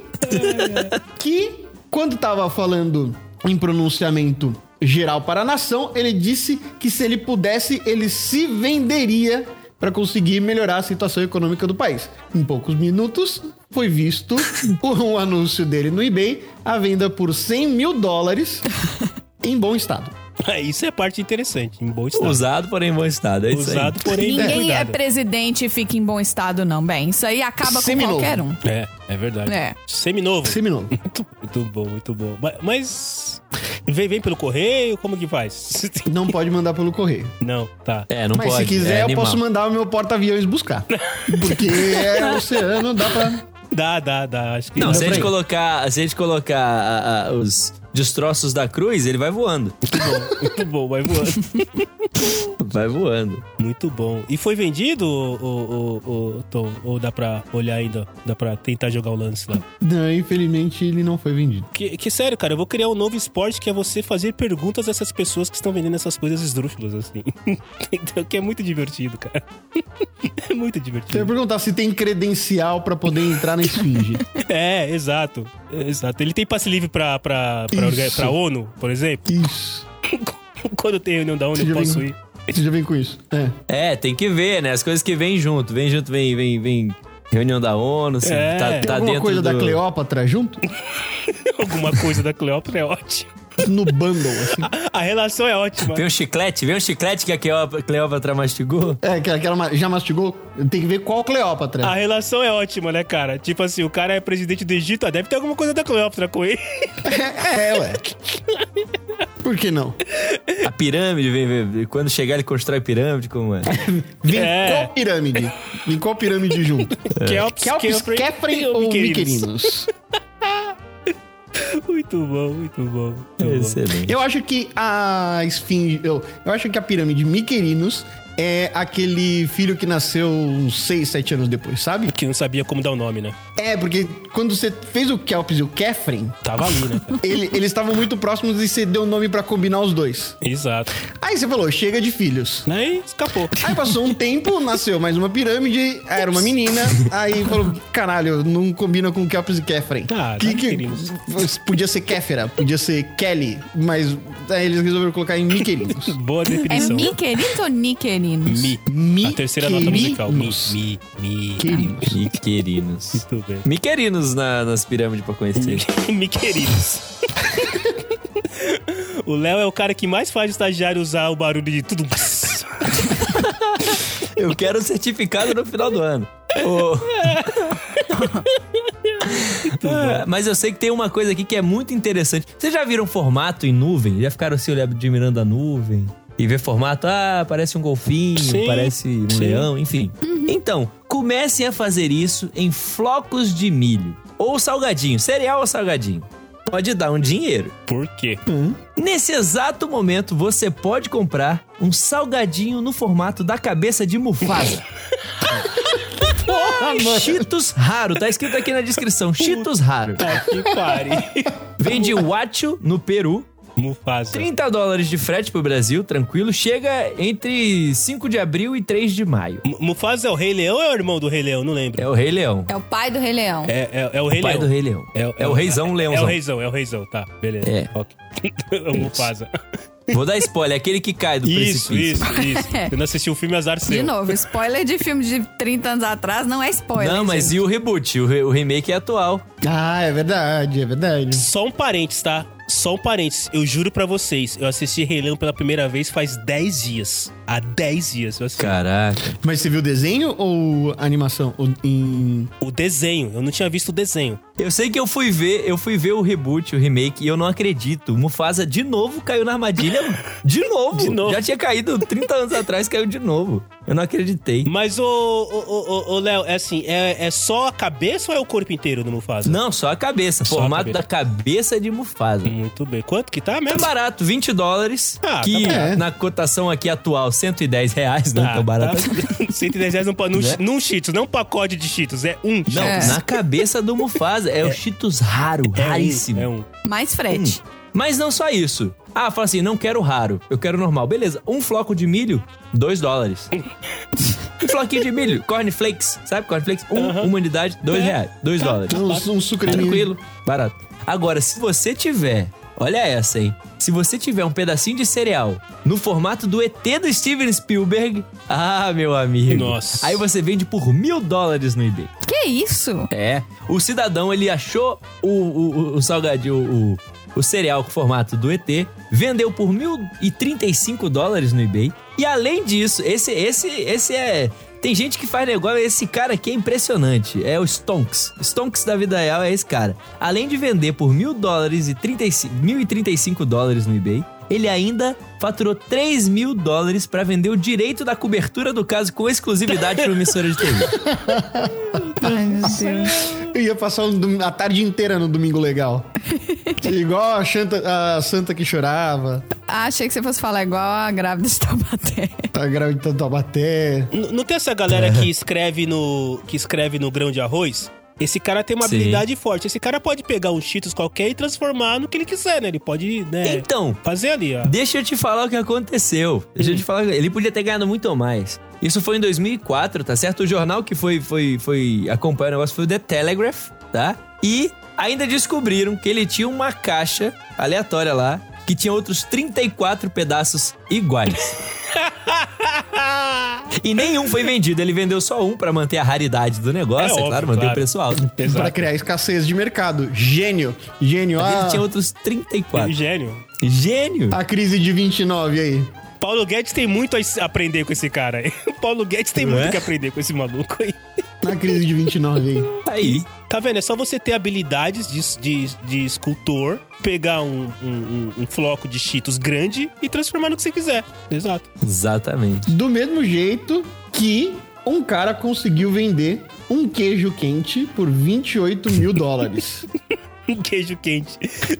E: que quando estava falando em pronunciamento geral para a nação, ele disse que se ele pudesse, ele se venderia para conseguir melhorar a situação econômica do país. Em poucos minutos, foi visto um anúncio dele no eBay, a venda por 100 mil dólares em bom estado.
A: Isso é parte interessante, em bom estado.
D: usado, porém em bom estado. É isso
A: Usado, porém,
B: Ninguém é
A: cuidado.
B: presidente e fica em bom estado, não. Bem, isso aí acaba com
E: Seminovo.
B: qualquer um.
A: É, é verdade.
B: É.
A: Seminovo.
E: Seminovo.
A: Muito, muito bom, muito bom. Ma- Mas. Vem, vem pelo correio? Como que faz?
E: Não pode mandar pelo correio.
A: Não, tá.
D: aí. É, não
E: Mas
D: pode.
E: se quiser,
D: é
E: eu
D: animal.
E: posso mandar o meu porta-aviões buscar. Porque é oceano, dá pra.
A: Dá, dá, dá. Acho que
D: Não,
A: dá
D: se a
A: pra
D: gente
A: ir.
D: colocar, se a gente colocar a- a- os destroços da cruz, ele vai voando.
A: Muito bom, vai voando.
D: Vai voando.
A: Muito bom. E foi vendido, o, o, o, o Tom? Ou dá pra olhar ainda? Dá pra tentar jogar o lance lá?
E: Não, infelizmente ele não foi vendido.
A: Que, que sério, cara, eu vou criar um novo esporte que é você fazer perguntas a essas pessoas que estão vendendo essas coisas esdrúxulas, assim. Então, que é muito divertido, cara. É muito
E: Você
A: divertido.
E: vai perguntar se tem credencial pra poder entrar na esfinge.
A: É, exato. É, Exato. Ele tem passe livre pra, pra, pra, orga-
E: Isso.
A: pra ONU, por exemplo?
E: Isso.
A: Quando tem reunião da ONU,
E: Você
A: eu
E: já
A: posso
E: vem-
A: ir.
E: Você já vem com isso. É.
D: É, tem que ver, né? As coisas que vêm junto. Vem junto, vem, vem, vem. Reunião da ONU, se
A: É.
D: tá,
A: Tem
D: tá
E: Alguma
D: dentro
E: coisa da
D: do-
E: Cleópatra junto?
A: Alguma coisa da Cleópatra é ótimo.
E: No bundle, assim.
A: A relação é ótima.
D: Vem um chiclete, vem um chiclete que a Cleó- Cleópatra mastigou.
E: É, que aquela ma- já mastigou? Tem que ver qual Cleópatra.
A: A relação é ótima, né, cara? Tipo assim, o cara é presidente do Egito, ah, deve ter alguma coisa da Cleópatra com ele.
E: É, ué. Por que não?
D: A pirâmide, vem, vem, vem. Quando chegar, ele constrói pirâmide, como é?
E: Vem
A: É.
E: qual pirâmide? Vem qual pirâmide junto?
A: Kelps,
E: Kelps,
A: Kefren
E: Kefren ou Miquelinos?
A: Muito bom, muito bom. Muito
D: É,
A: bom.
D: Excelente.
E: Eu acho que a esfinge... Eu, eu acho que a pirâmide Miquelinos é aquele filho que nasceu uns 6, 7 anos depois, sabe?
A: Que não sabia como dar o nome, né?
E: É, porque quando você fez o Kelps e o Kefren,
A: Tava ali, né, cara?
E: ele- eles estavam muito próximos e você deu o nome pra combinar os dois.
A: Exato.
E: Aí você falou, chega de filhos.
A: Aí escapou.
E: Aí passou um tempo, nasceu mais uma pirâmide, era uma menina, aí falou, caralho, não combina com Kelps e Kefren.
A: Ah,
E: que,
A: tá
E: que-
A: queridos.
E: podia ser Kéfera, podia ser Kelly, mas aí eles resolveram colocar em Miquelinos.
A: Boa
C: É
A: definição.
C: miquelito ou niquelinos?
A: Mi. A terceira nota musical. Mi,
E: Miquelinos.
A: mi, mi.
E: Queridos.
D: Miquerinos.
A: Muito bem.
D: Miquerinos na, nas pirâmides pra conhecer.
A: Me queridos. o Léo é o cara que mais faz o estagiário usar o barulho de tudo.
D: Eu quero um certificado no final do ano. Ô. Ah, Mas eu sei que tem uma coisa aqui que é muito interessante. Vocês já viram formato em nuvem? Já ficaram se olhando admirando a nuvem? E ver formato, ah, parece um golfinho,
A: Sim,
D: parece um
A: sim. Uhum.
D: leão, enfim. Então, comecem a fazer isso em flocos de milho. Ou salgadinho, cereal ou salgadinho. Pode dar um dinheiro.
A: Por quê?
D: Nesse exato momento, você pode comprar um salgadinho no formato da cabeça de Mufasa. Porra, mano. Cheetos raro, tá escrito aqui na descrição. Cheetos raro.
A: Tá que pare.
D: Vende Huacho no Peru.
A: Mufasa.
D: 30 dólares de frete pro Brasil, tranquilo. Chega entre 5 de abril e 3 de maio.
A: Mu- Mufasa é o Rei Leão ou é o irmão do Rei Leão? Não lembro.
D: É o Rei Leão.
B: É o pai do Rei Leão.
A: É, é, é o Rei
D: pai
A: Leão.
D: do Rei Leão. É o Reizão Leãozão.
A: É o Reizão, é o Reizão, tá. Beleza.
D: É.
A: Ok. É o Mufasa.
D: Vou dar spoiler, é aquele que cai do
A: Isso,
D: precipício.
A: isso, isso. Eu não assisti o filme Azar Seu.
B: De novo, spoiler de filme de 30 anos atrás não é spoiler.
D: Não, mas
B: gente.
D: e o reboot? O, re- o remake é atual.
E: Ah, é verdade, é verdade.
A: Só um parênteses, tá? Só um parênteses. Eu juro pra vocês, eu assisti Rei Leão pela primeira vez faz 10 dias. Há 10 dias eu assisti.
D: Caraca.
E: Mas você viu o desenho ou a animação? O- em-
A: O desenho, eu não tinha visto o desenho.
D: Eu sei que eu fui ver, eu fui ver o reboot, o remake, e eu não acredito. O Mufasa de novo caiu na armadilha. De novo.
A: De novo.
D: Já tinha caído 30 anos atrás, caiu de novo. Eu não acreditei.
A: Mas, ô, ô, ô, ô, ô, Léo, é assim, é, é só a cabeça ou é o corpo inteiro do Mufasa?
D: Não, só a cabeça.
A: Só a
D: formato
A: cabeça.
D: da cabeça de Mufasa.
A: Muito bem. Quanto que tá
D: É
A: mesmo?
D: barato, 20 dólares.
A: Ah,
D: que
E: tá barato.
D: na cotação aqui atual, 110 reais. Não é
A: Ah,
D: tão barato.
A: tá. 110 reais num, pa- num,
D: Né?
A: num Cheetos, não um pacote de Cheetos, é um
D: Não,
A: Cheetos.
D: na cabeça do Mufasa. É o Cheetos raro,
A: É um,
D: raríssimo.
A: É um.
B: Mais frete.
D: Mas não só isso. Ah, fala assim, não quero raro, eu quero normal. Beleza, um floco de milho, dois dólares. um floquinho de milho, cornflakes, sabe cornflakes? Um, Uma unidade, dois reais, dois dólares.
E: Um, um sucrilho.
D: tá Tranquilo, barato. Agora, se você tiver, olha essa, hein? Se você tiver um pedacinho de cereal no formato do ET do Steven Spielberg, ah, meu amigo.
A: Nossa.
D: Aí você vende por mil dólares no eBay.
B: Que isso?
D: É. O cidadão, ele achou o, o, o- o salgadinho, o, o- o cereal com o formato do ET, vendeu por 1.035 dólares no eBay. E além disso, esse, esse, esse é. Tem gente que faz negócio, esse cara aqui é impressionante. É o Stonks. Stonks da vida real é esse cara. Além de vender por mil dólares e 35 1.035 dólares no eBay, ele ainda faturou 3 mil dólares pra vender o direito da cobertura do caso com exclusividade pra emissora de TV.
C: Ai, meu Deus.
E: Eu ia passar um dom- a tarde inteira no Domingo Legal. Igual a, Xanta- a Santa que chorava,
C: Ah, achei que você fosse falar igual a grávida de Taubaté.
E: tá grávida de Taubaté.
A: N- Não tem essa galera que escreve no que escreve no grão de arroz? Esse cara tem uma
D: Sim.
A: habilidade forte. Esse cara pode pegar um Cheetos qualquer e transformar no que ele quiser, né? Ele pode, né?
D: Então,
A: Fazer ali, ó.
D: Deixa eu te falar o que aconteceu. Deixa
A: Hum.
D: eu te falar. Ele podia ter ganhado muito mais. Isso foi em 2004, tá certo? O jornal que foi, foi, foi acompanhar o negócio foi o The Telegraph, tá? E ainda descobriram que ele tinha uma caixa aleatória lá que tinha outros 34 pedaços iguais. e nenhum foi vendido. Ele vendeu só um pra manter a raridade do
A: É
D: negócio, é,
A: óbvio,
D: claro, manter
A: claro.
D: o preço alto.
E: Pra criar escassez de mercado. Gênio. Gênio.
D: Mas
E: Ah,
D: Ele tinha outros
A: é
D: 34.
A: um Gênio.
D: Gênio!
E: a crise de 29 aí.
A: Paulo Guedes tem muito a es- aprender com esse cara aí. O Paulo Guedes tem
D: Não
A: muito
D: é?
A: o que aprender com esse maluco aí.
E: Na crise de 29 aí.
D: Aí.
A: Tá vendo? É só você ter habilidades de, de, de escultor, pegar um, um, um- um floco de cheetos grande e transformar no que você quiser. Exato.
D: Exatamente.
E: Do mesmo jeito que um cara conseguiu vender um queijo quente por 28 mil dólares.
A: Um queijo quente.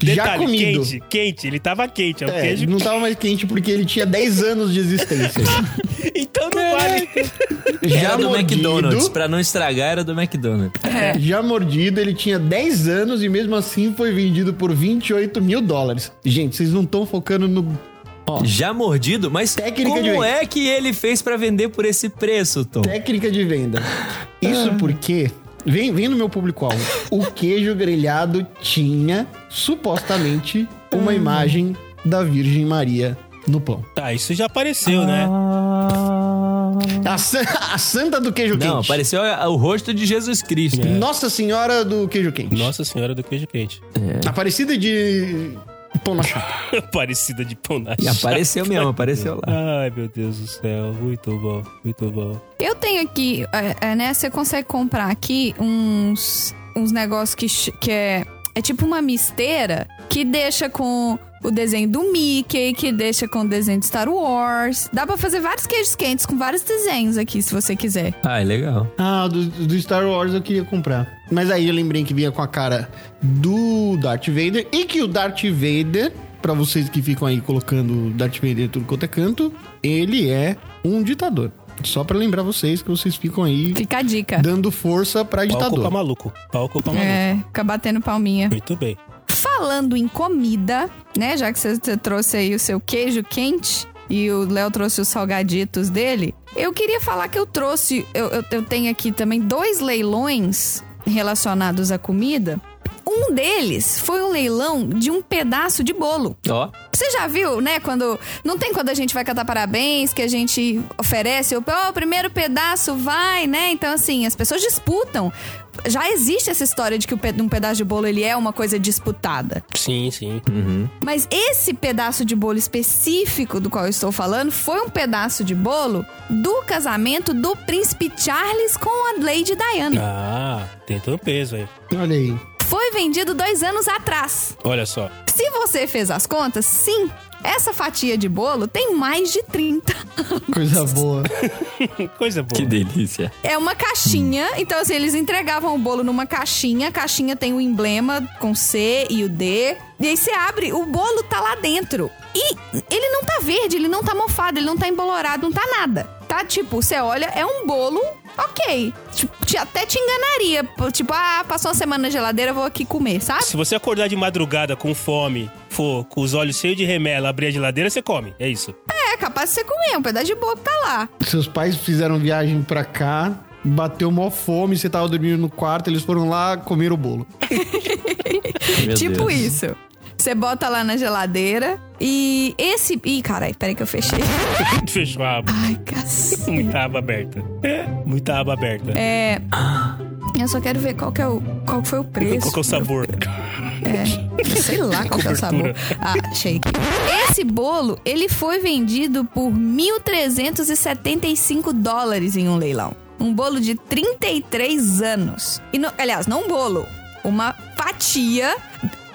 E: Já
A: Detalhe,
E: comido.
A: quente, quente. Ele tava quente, é um
E: É,
A: queijo
E: não tava mais quente porque ele tinha 10 anos de existência.
A: Então não vale.
D: Já
E: Era
D: do
E: mordido. É,
D: McDonald's, pra não estragar, era do McDonald's.
E: Já mordido, ele tinha 10 anos e mesmo assim foi vendido por 28 mil dólares. Gente, vocês não estão focando no. Ó,
D: Já mordido, mas
E: Técnica de um
D: como
E: venda.
D: é que ele fez pra vender por esse preço, Tom?
E: técnica de venda. Isso porque. Vem, vem no meu público-alvo. O queijo grelhado tinha, supostamente, uma imagem da Virgem Maria no pão.
A: Tá, isso já apareceu,
D: Ah.
A: né?
E: A, san- a santa do queijo
D: Não,
E: quente.
D: pareceu o rosto de Jesus Cristo. né?
E: Nossa Senhora do Queijo Quente.
A: Nossa Senhora do Queijo Quente.
E: Aparecida de. Pão na chapa.
A: Parecida de pão na
D: E
A: chapa.
D: apareceu mesmo, apareceu lá.
A: Ai, meu Deus do céu. Muito bom, muito bom.
B: Eu tenho aqui, é, é, né? Você consegue comprar aqui uns, uns negócios que, ch- que é. É tipo uma misteira que deixa com o desenho do Mickey, que deixa com o desenho de Star Wars. Dá pra fazer vários queijos quentes com vários desenhos aqui, se você quiser.
D: Ah, legal.
E: Ah, do, do Star Wars eu queria comprar. Mas aí eu lembrei que vinha com a cara do Darth Vader. E que o Darth Vader, pra vocês que ficam aí colocando Darth Vader em tudo quanto é canto, ele é um ditador. Só pra lembrar vocês que vocês ficam aí
B: Fica a dica.
E: dando força pra
A: Palco pra
E: ditador.
A: maluco. Palco pra maluco.
B: É, fica batendo palminha.
A: Muito bem.
B: Falando em comida, né? Já que você trouxe aí o seu queijo quente e o Léo trouxe os salgaditos dele, eu queria falar que eu trouxe. Eu, eu- eu tenho aqui também dois leilões relacionados à comida. Um deles foi um leilão de um pedaço de bolo.
D: Ó,
B: Você já viu, né? Quando. Não tem quando a gente vai cantar parabéns, que a gente oferece o, "Ó, o primeiro pedaço vai, né? Então, assim, as pessoas disputam. Já existe essa história de que o pe- um pedaço de bolo ele é uma coisa disputada.
A: Sim, sim.
B: Mas esse pedaço de bolo específico do qual eu estou falando foi um pedaço de bolo do casamento do príncipe Charles com a Lady Diana.
A: Ah, tem todo peso aí.
E: Olha aí.
B: Foi vendido dois anos atrás.
A: Olha só.
B: Se você fez as contas, sim, essa fatia de bolo tem mais de 30
E: Coisa boa.
A: Coisa boa.
D: que delícia.
B: É uma caixinha.
D: Hum.
B: Então, assim, eles entregavam o bolo numa caixinha. A caixinha tem o emblema com C e o D. E aí você abre, o bolo tá lá dentro. E ele não tá verde, ele não tá mofado, ele não tá embolorado, não tá nada. Tá tipo, você olha, é um bolo, ok. Tipo, te- até te enganaria. Pô, Tipo, ah, passou uma semana na geladeira, vou aqui comer, sabe?
A: Se você acordar de madrugada com fome, for com os olhos cheios de remela, abrir a geladeira, você come. É isso.
B: É capaz de você comer, um pedaço de bolo que tá lá.
E: Seus pais fizeram viagem pra cá, bateu mó fome, você tava dormindo no quarto, eles foram lá comer o bolo.
D: Meu
B: tipo
D: Deus.
B: isso. Você bota lá na geladeira e esse. Ih, carai, peraí que eu fechei.
A: Fechou a aba.
B: Ai, cacete.
A: Muita aba aberta. É, muita aba aberta.
B: É. Eu só quero ver qual que é o. Qual que foi o preço.
A: Qual que é o sabor?
B: Sei lá qual que é o sabor. Ah, achei. Esse bolo, ele foi vendido por 1.375 dólares em um leilão. Um bolo de 33 anos. E no- aliás, não um bolo. Uma fatia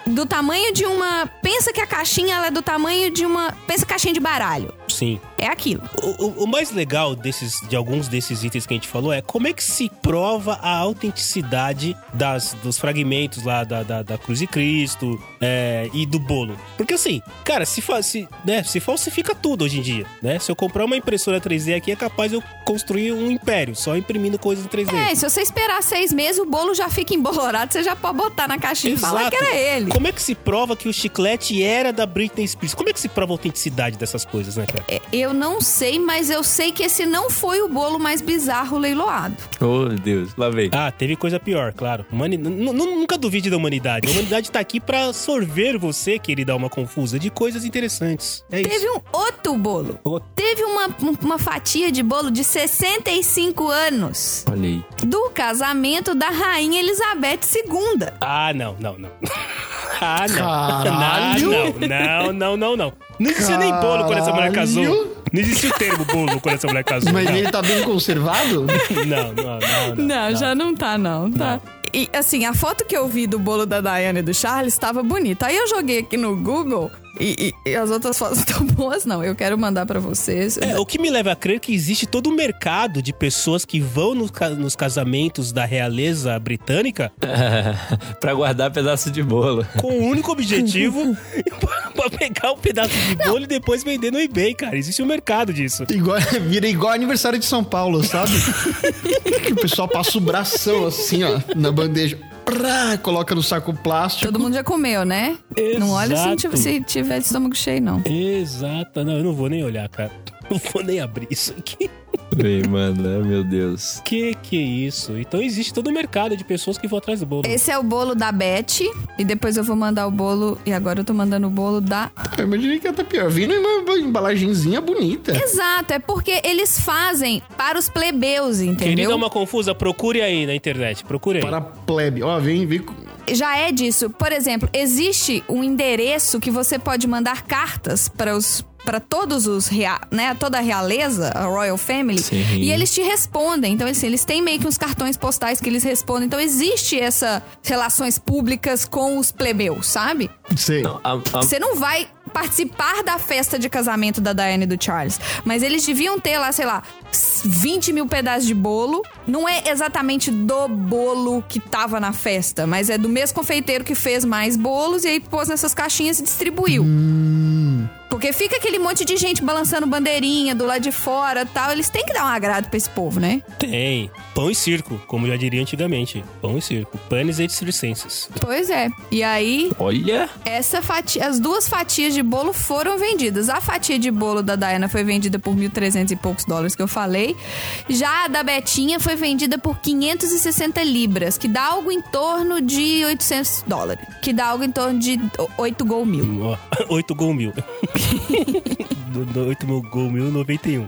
B: do tamanho de uma. Pensa que a caixinha ela é do tamanho de uma. Pensa caixinha de baralho.
A: Sim.
B: é aquilo.
A: O, o- o mais legal desses, de alguns desses itens que a gente falou é como é que se prova a autenticidade das, dos fragmentos lá da, da, da Cruz de Cristo é, e do bolo. Porque assim, cara, se, fa- se, né, se falsifica tudo hoje em dia, né? Se eu comprar uma impressora 3D aqui, é capaz de eu construir um império, só imprimindo coisas em 3D.
B: É, se você esperar seis meses, o bolo já fica embolorado, você já pode botar na caixinha e falar que era ele.
A: Como é que se prova que o chiclete era da Britney Spears? Como é que se prova a autenticidade dessas coisas, né, cara?
B: Eu não sei, mas eu sei que esse não foi o bolo mais bizarro leiloado.
D: Oh, Deus, lá vem.
A: Ah, teve coisa pior, claro. Humani- nu- nu- Nunca duvide da humanidade. A humanidade tá aqui pra sorver você, querida alma confusa, de coisas interessantes. É isso.
B: Teve um outro bolo.
A: Outro.
B: Teve uma, uma fatia de bolo de 65 anos
D: Olha aí.
B: do casamento da rainha Elizabeth II.
A: Ah, não, não, não. Ah, não.
E: Caralho.
A: Não, não, não, não, não. Não existia nem bolo quando essa mulher casou.
E: Caralho.
A: Não existia o termo bolo quando essa mulher casou.
E: Mas
A: não.
E: ele tá bem conservado?
A: Não, não, não, não,
C: não tá, não. Tá. E assim, a foto que eu vi do bolo da Daiane e do Charles estava bonita. Aí eu joguei aqui no Google e, e- e as outras fotos estão boas, não. Eu quero mandar pra vocês.
A: É, o que me leva a crer que existe todo um mercado de pessoas que vão nos, ca- nos casamentos da realeza britânica
D: pra guardar pedaço de bolo.
A: com o único objetivo pra pegar um pedaço de bolo e depois vender no eBay, cara. Existe um mercado disso.
E: Igual, vira igual aniversário de São Paulo, sabe? que o pessoal passa o bração assim, ó, na bandeja. Prá, coloca no saco plástico.
B: Todo mundo já comeu, né? Não olha se,
A: Exato.
B: ti- se tiver de estômago cheio, não.
A: Exato. Não, eu não vou nem olhar, cara. Não vou nem abrir isso aqui.
D: Ei, mano, né? meu Deus.
A: Que que é isso? Então existe todo um mercado de pessoas que vão atrás do bolo.
B: Esse é o bolo da Beth. E depois eu vou mandar o bolo. E agora eu tô mandando o bolo da.
E: Eu imaginei que ia tá pior. Vindo uma embalagenzinha bonita.
C: assim.
B: Exato, é porque eles fazem para os plebeus, entendeu?
A: Querida é uma confusa, procure aí na internet. Procure aí.
E: Para a plebe. Ó, vem, vem. com-
B: já é disso. Por exemplo, existe um endereço que você pode mandar cartas para os para todos os rea- né, toda a realeza, a Royal Family,
D: Sim.
B: e eles te respondem. Então assim, eles têm meio que uns cartões postais que eles respondem. Então existe essa relações públicas com os plebeus, sabe?
E: Sei.
D: A- a-
B: Você não vai participar da festa de casamento da Diane e do Charles. Mas eles deviam ter lá, sei lá, 20 mil pedaços de bolo. Não é exatamente do bolo que tava na festa, mas é do mesmo confeiteiro que fez mais bolos e aí pôs nessas caixinhas e distribuiu. Porque fica aquele monte de gente balançando bandeirinha do lado de fora tal. Eles têm que dar um agrado pra esse povo, né?
A: Tem. Pão e circo, como já diria antigamente. Pão e circo. Panes e circenses.
B: Pois é. E aí,
D: Olha.
B: Essa fatia, as duas fatias de bolo foram vendidas. A fatia de bolo da Diana foi vendida por 1.300 e poucos dólares que eu falei. Já a da Betinha foi vendida por 560 libras, que dá algo em torno de 800 dólares, que dá algo em torno de 8 gol mil.
A: Ó, 8 gol mil. 8 gol mil 91.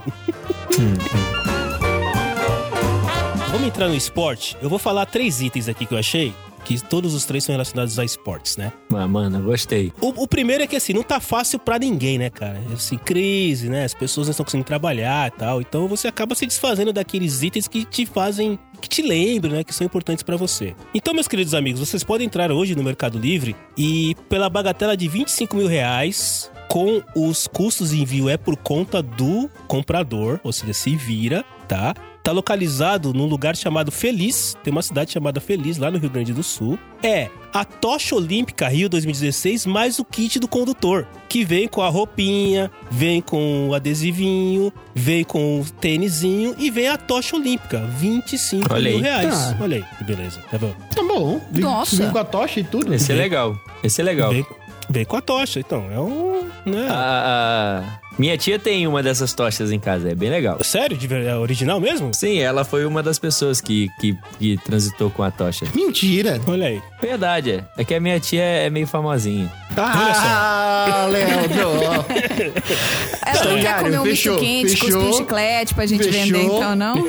A: Vamos entrar no esporte? Eu vou falar três itens aqui que eu achei, que todos os três são relacionados a esportes, né?
D: Ah, mano, gostei.
A: O, o primeiro é que, assim, não tá fácil pra ninguém, né, cara? Assim, crise, né? As pessoas não estão conseguindo trabalhar e tal. Então você acaba se desfazendo daqueles itens que te fazem, que te lembram, né? Que são importantes pra você. Então, meus queridos amigos, vocês podem entrar hoje no Mercado Livre e, pela bagatela de 25 mil reais, com os custos de envio é por conta do comprador, ou seja, se vira, tá? Tá localizado num lugar chamado Feliz, tem uma cidade chamada Feliz lá no Rio Grande do Sul. É a tocha olímpica Rio 2016 mais o kit do condutor, que vem com a roupinha, vem com o adesivinho, vem com o tênisinho e vem a tocha olímpica, 25
D: Olha
A: mil
D: aí.
A: reais.
E: Tá.
A: Olha aí, que beleza, tá bom?
E: Tá bom. Vem,
B: Nossa.
E: vem com a tocha e tudo.
D: Esse é legal. Esse é legal.
A: Vem, vem com a tocha, então, é um... Né?
D: Ah. A- a- minha tia tem uma dessas tochas em casa, é bem legal.
A: Sério? De ver- é original mesmo?
D: Sim, ela foi uma das pessoas que, que, que transitou com a tocha.
C: é-
E: Mentira.
A: Olha aí.
D: Verdade, é. É que a minha tia é meio famosinha.
E: Ah, Tá, Léo, não, ó.
B: Ela não quer
E: Cara,
B: comer um
E: Então, fechou,
B: misto quente,
E: fechou,
B: cuspir um chiclete pra gente
E: fechou.
B: vender, então não?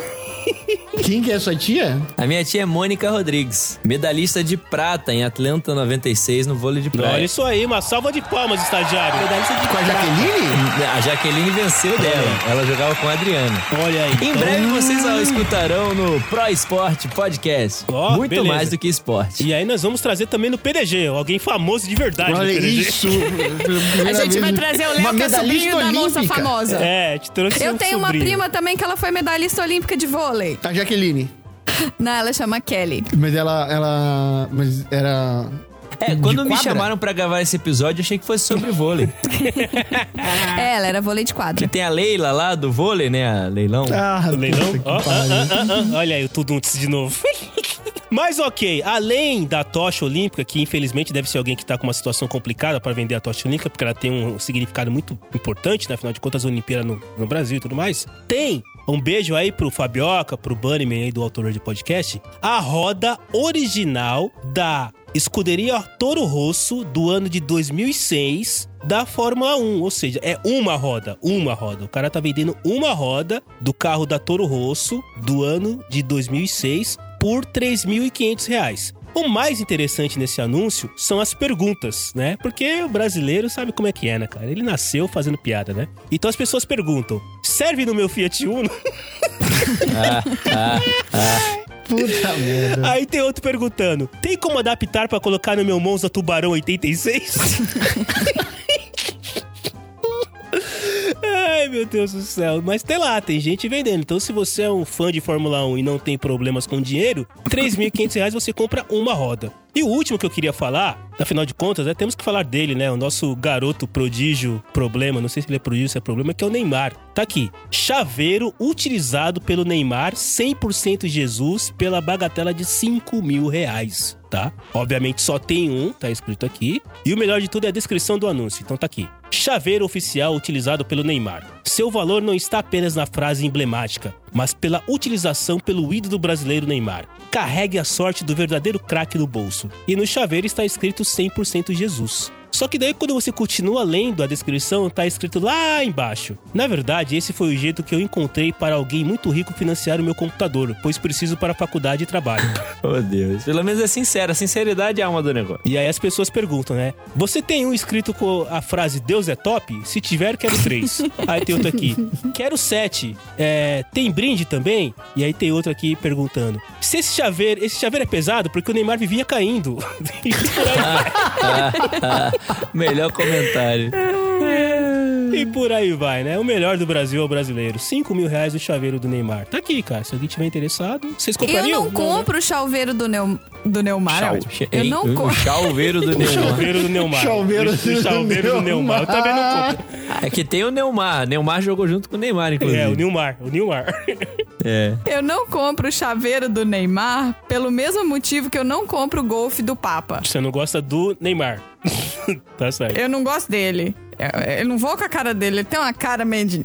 E: Quem que é sua tia?
D: A minha tia é Mônica Rodrigues, medalhista de prata em Atlanta 96 no vôlei de praia.
A: Olha isso aí, uma salva de palmas, estagiário.
E: Com É a Jaqueline?
D: A Jaqueline venceu dela. Ela jogava com a Adriana.
A: Olha aí.
D: Em breve vocês a escutarão no Pro Esporte Podcast.
A: Ó,
D: Muito
A: beleza.
D: mais do que esporte.
A: E aí nós vamos trazer também no PDG, alguém famoso de verdade
E: Olha
A: no PDG.
E: isso. Primeira
C: A Ah, gente vai
E: vez-
C: trazer o
E: Uma
C: Léo, que é
E: medalhista
C: sobrinho da moça
E: olímpica.
C: famosa.
A: É, te trouxe
B: Eu
A: um
B: tenho uma
A: sobrinho.
B: prima também que ela foi medalhista olímpica de vôlei.
E: A Tá, Jaqueline.
B: Não, ela chama Kelly.
E: Mas ela, ela... Mas era...
D: É, quando me
E: quadra?
D: chamaram pra gravar esse episódio, eu achei que fosse sobre vôlei.
B: É, ela era vôlei de quadra.
D: Tem a Leila lá do vôlei, né? A Leilão.
E: Ah,
A: Do leilão?
E: puta que
A: Ó,
E: pariu.
A: ah, ah, ah, ah. Olha aí o Tuduntes de novo. Mas ok, além da tocha olímpica, que infelizmente deve ser alguém que tá com uma situação complicada para vender a tocha olímpica, porque ela tem um significado muito importante, né? Afinal de contas, a Olimpíada no, no Brasil e tudo mais. Tem um beijo aí pro Fabioca, pro Bunnyman aí do autor de podcast. A roda original da escuderia Toro Rosso do ano de 2006 da Fórmula 1, ou seja, é uma roda, uma roda. O cara tá vendendo uma roda do carro da Toro Rosso do ano de 2006 por R$ 3.500. reais. O mais interessante nesse anúncio são as perguntas, né? Porque o brasileiro sabe como é que é, né, cara? Ele nasceu fazendo piada, né? Então as pessoas perguntam: serve no meu Fiat Uno?
E: Puta merda.
A: Aí tem outro perguntando: tem como adaptar pra colocar no meu Monza Tubarão 86? Ai, meu Deus do céu. Mas tem lá, tem gente vendendo. Então, se você é um fã de Fórmula 1 e não tem problemas com dinheiro, R$ 3.500 reais você compra uma roda. E o último que eu queria falar, afinal de contas, né, temos que falar dele, né? O nosso garoto prodígio problema, não sei se ele é prodígio, se é problema, que é o Neymar. Tá aqui. Chaveiro utilizado pelo Neymar, 100% Jesus, pela bagatela de 5 mil reais tá? Obviamente só tem um, tá escrito aqui. E o melhor de tudo é a descrição do anúncio, então tá aqui. Chaveiro oficial utilizado pelo Neymar. Seu valor não está apenas na frase emblemática, mas pela utilização pelo ídolo brasileiro Neymar. Carregue a sorte do verdadeiro craque no bolso. E no chaveiro está escrito 100% Jesus. Só que daí quando você continua lendo a descrição, tá escrito lá embaixo. Na verdade, esse foi o jeito que eu encontrei para alguém muito rico financiar o meu computador, pois preciso para a faculdade e trabalho.
D: Oh, Deus. Pelo menos é sincera. Sinceridade é a alma do negócio.
A: E aí as pessoas perguntam, né? Você tem um escrito com a frase Deus é top? Se tiver, quero três. aí tem outro aqui. Quero sete. É, tem brinde também? E aí tem outro aqui perguntando. Se esse chaveiro... Esse chaveiro é pesado porque o Neymar vivia caindo. E por aí vai.
D: Melhor comentário.
A: E por aí vai, né? O melhor do Brasil é o brasileiro. 5 mil reais o chaveiro do Neymar. Tá aqui, cara. Se alguém tiver interessado, vocês
B: Eu
A: comprariam?
B: não compro o chaveiro do, Neu... do Neumar.
C: é
B: Eu não
D: Ah, O
B: compro.
D: chalveiro do
A: O
D: Neymar.
A: chaveiro do Neymar.
E: Chaveiro
A: O-
E: do Ah.
A: o chaveiro do Neymar. Eu também não compro.
D: É que tem o Neymar. Neymar jogou junto com o Neymar, inclusive.
A: É, o Neymar. O Neymar.
D: É.
C: Eu não compro o chaveiro do Neymar pelo mesmo motivo que eu não compro o golfe do Papa.
A: Você não gosta do Neymar. tá certo.
C: Eu não gosto dele. Eu, eu não vou com a cara dele. Ele tem uma cara meio de.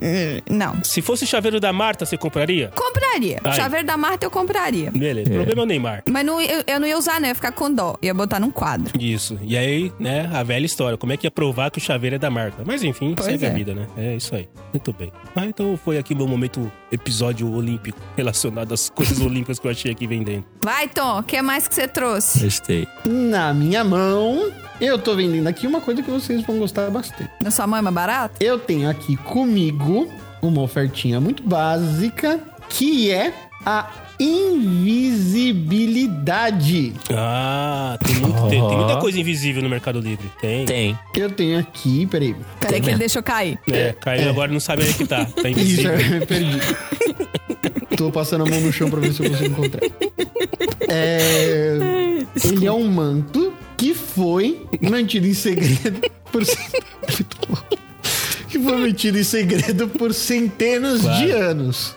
C: Não.
A: Se fosse o chaveiro da Marta, você compraria?
B: Compraria. O
A: Ai.
B: chaveiro da Marta eu compraria.
A: Beleza, o problema é o Neymar.
B: Mas não, eu, eu não ia
C: né?
B: usar, não. Eu ia ficar com dó. Ia botar num quadro.
A: Isso. E aí, né, a velha história. Como é que ia provar que o chaveiro é da Marta? Mas enfim,
C: Pois
A: segue a
C: é.
A: vida, né? É isso aí. Muito bem. Ah, então foi aqui o meu momento episódio olímpico relacionado às coisas olímpicas que eu achei aqui vendendo.
B: Vai, Tom. O que mais que você trouxe?
D: Gostei.
E: Na minha mão, eu tô vendendo aqui uma coisa que vocês vão gostar bastante.
B: Na sua mãe é mais barata?
E: Eu tenho aqui comigo uma ofertinha muito básica, que é a invisibilidade.
A: Ah, tem, muito- tem- tem muita
D: Ó.
A: coisa invisível no Mercado Livre. Tem.
D: Tem.
E: Eu tenho aqui, peraí.
C: Peraí que ele deixou cair.
A: É, caiu agora e não sabe onde que tá. Tá
E: Isso, é.
A: invisível.
E: eu perdi. Tô passando a mão no chão pra ver se eu consigo encontrar. É, ele é um manto que foi mantido em segredo por. cen- Muito bom. que foi mantido em segredo por centenas de anos.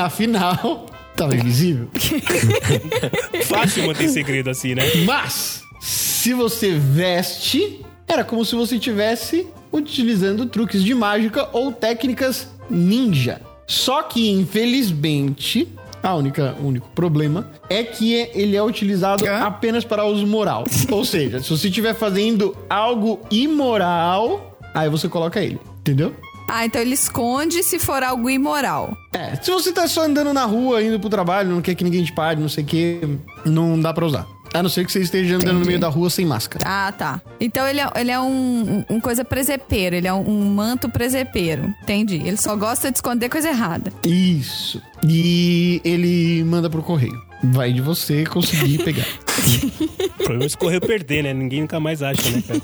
E: Afinal, tava invisível.
A: Fácil manter segredo assim, né?
E: Mas, se você veste, era como se você tivesse utilizando truques de mágica ou técnicas ninja. Só que, infelizmente, a única, o único problema é que é- ele é utilizado apenas para uso moral. ou seja, se você estiver fazendo algo imoral, aí você coloca ele, entendeu?
C: Ah, então ele esconde se for algo imoral.
E: É, se você tá só andando na rua, indo pro trabalho, não quer que ninguém te pare, não sei o que, não dá pra usar. A não ser que você esteja andando no
C: Entendi.
E: meio da rua sem máscara.
C: Ah, tá. Então ele é, ele é um, um coisa presepeiro, ele é um, um manto presepeiro. Entendi. Ele só gosta de esconder coisa errada.
E: Isso. E ele manda pro correio. Vai de você conseguir pegar.
A: O problema é escorrer perder, né? Ninguém nunca mais acha, né, cara?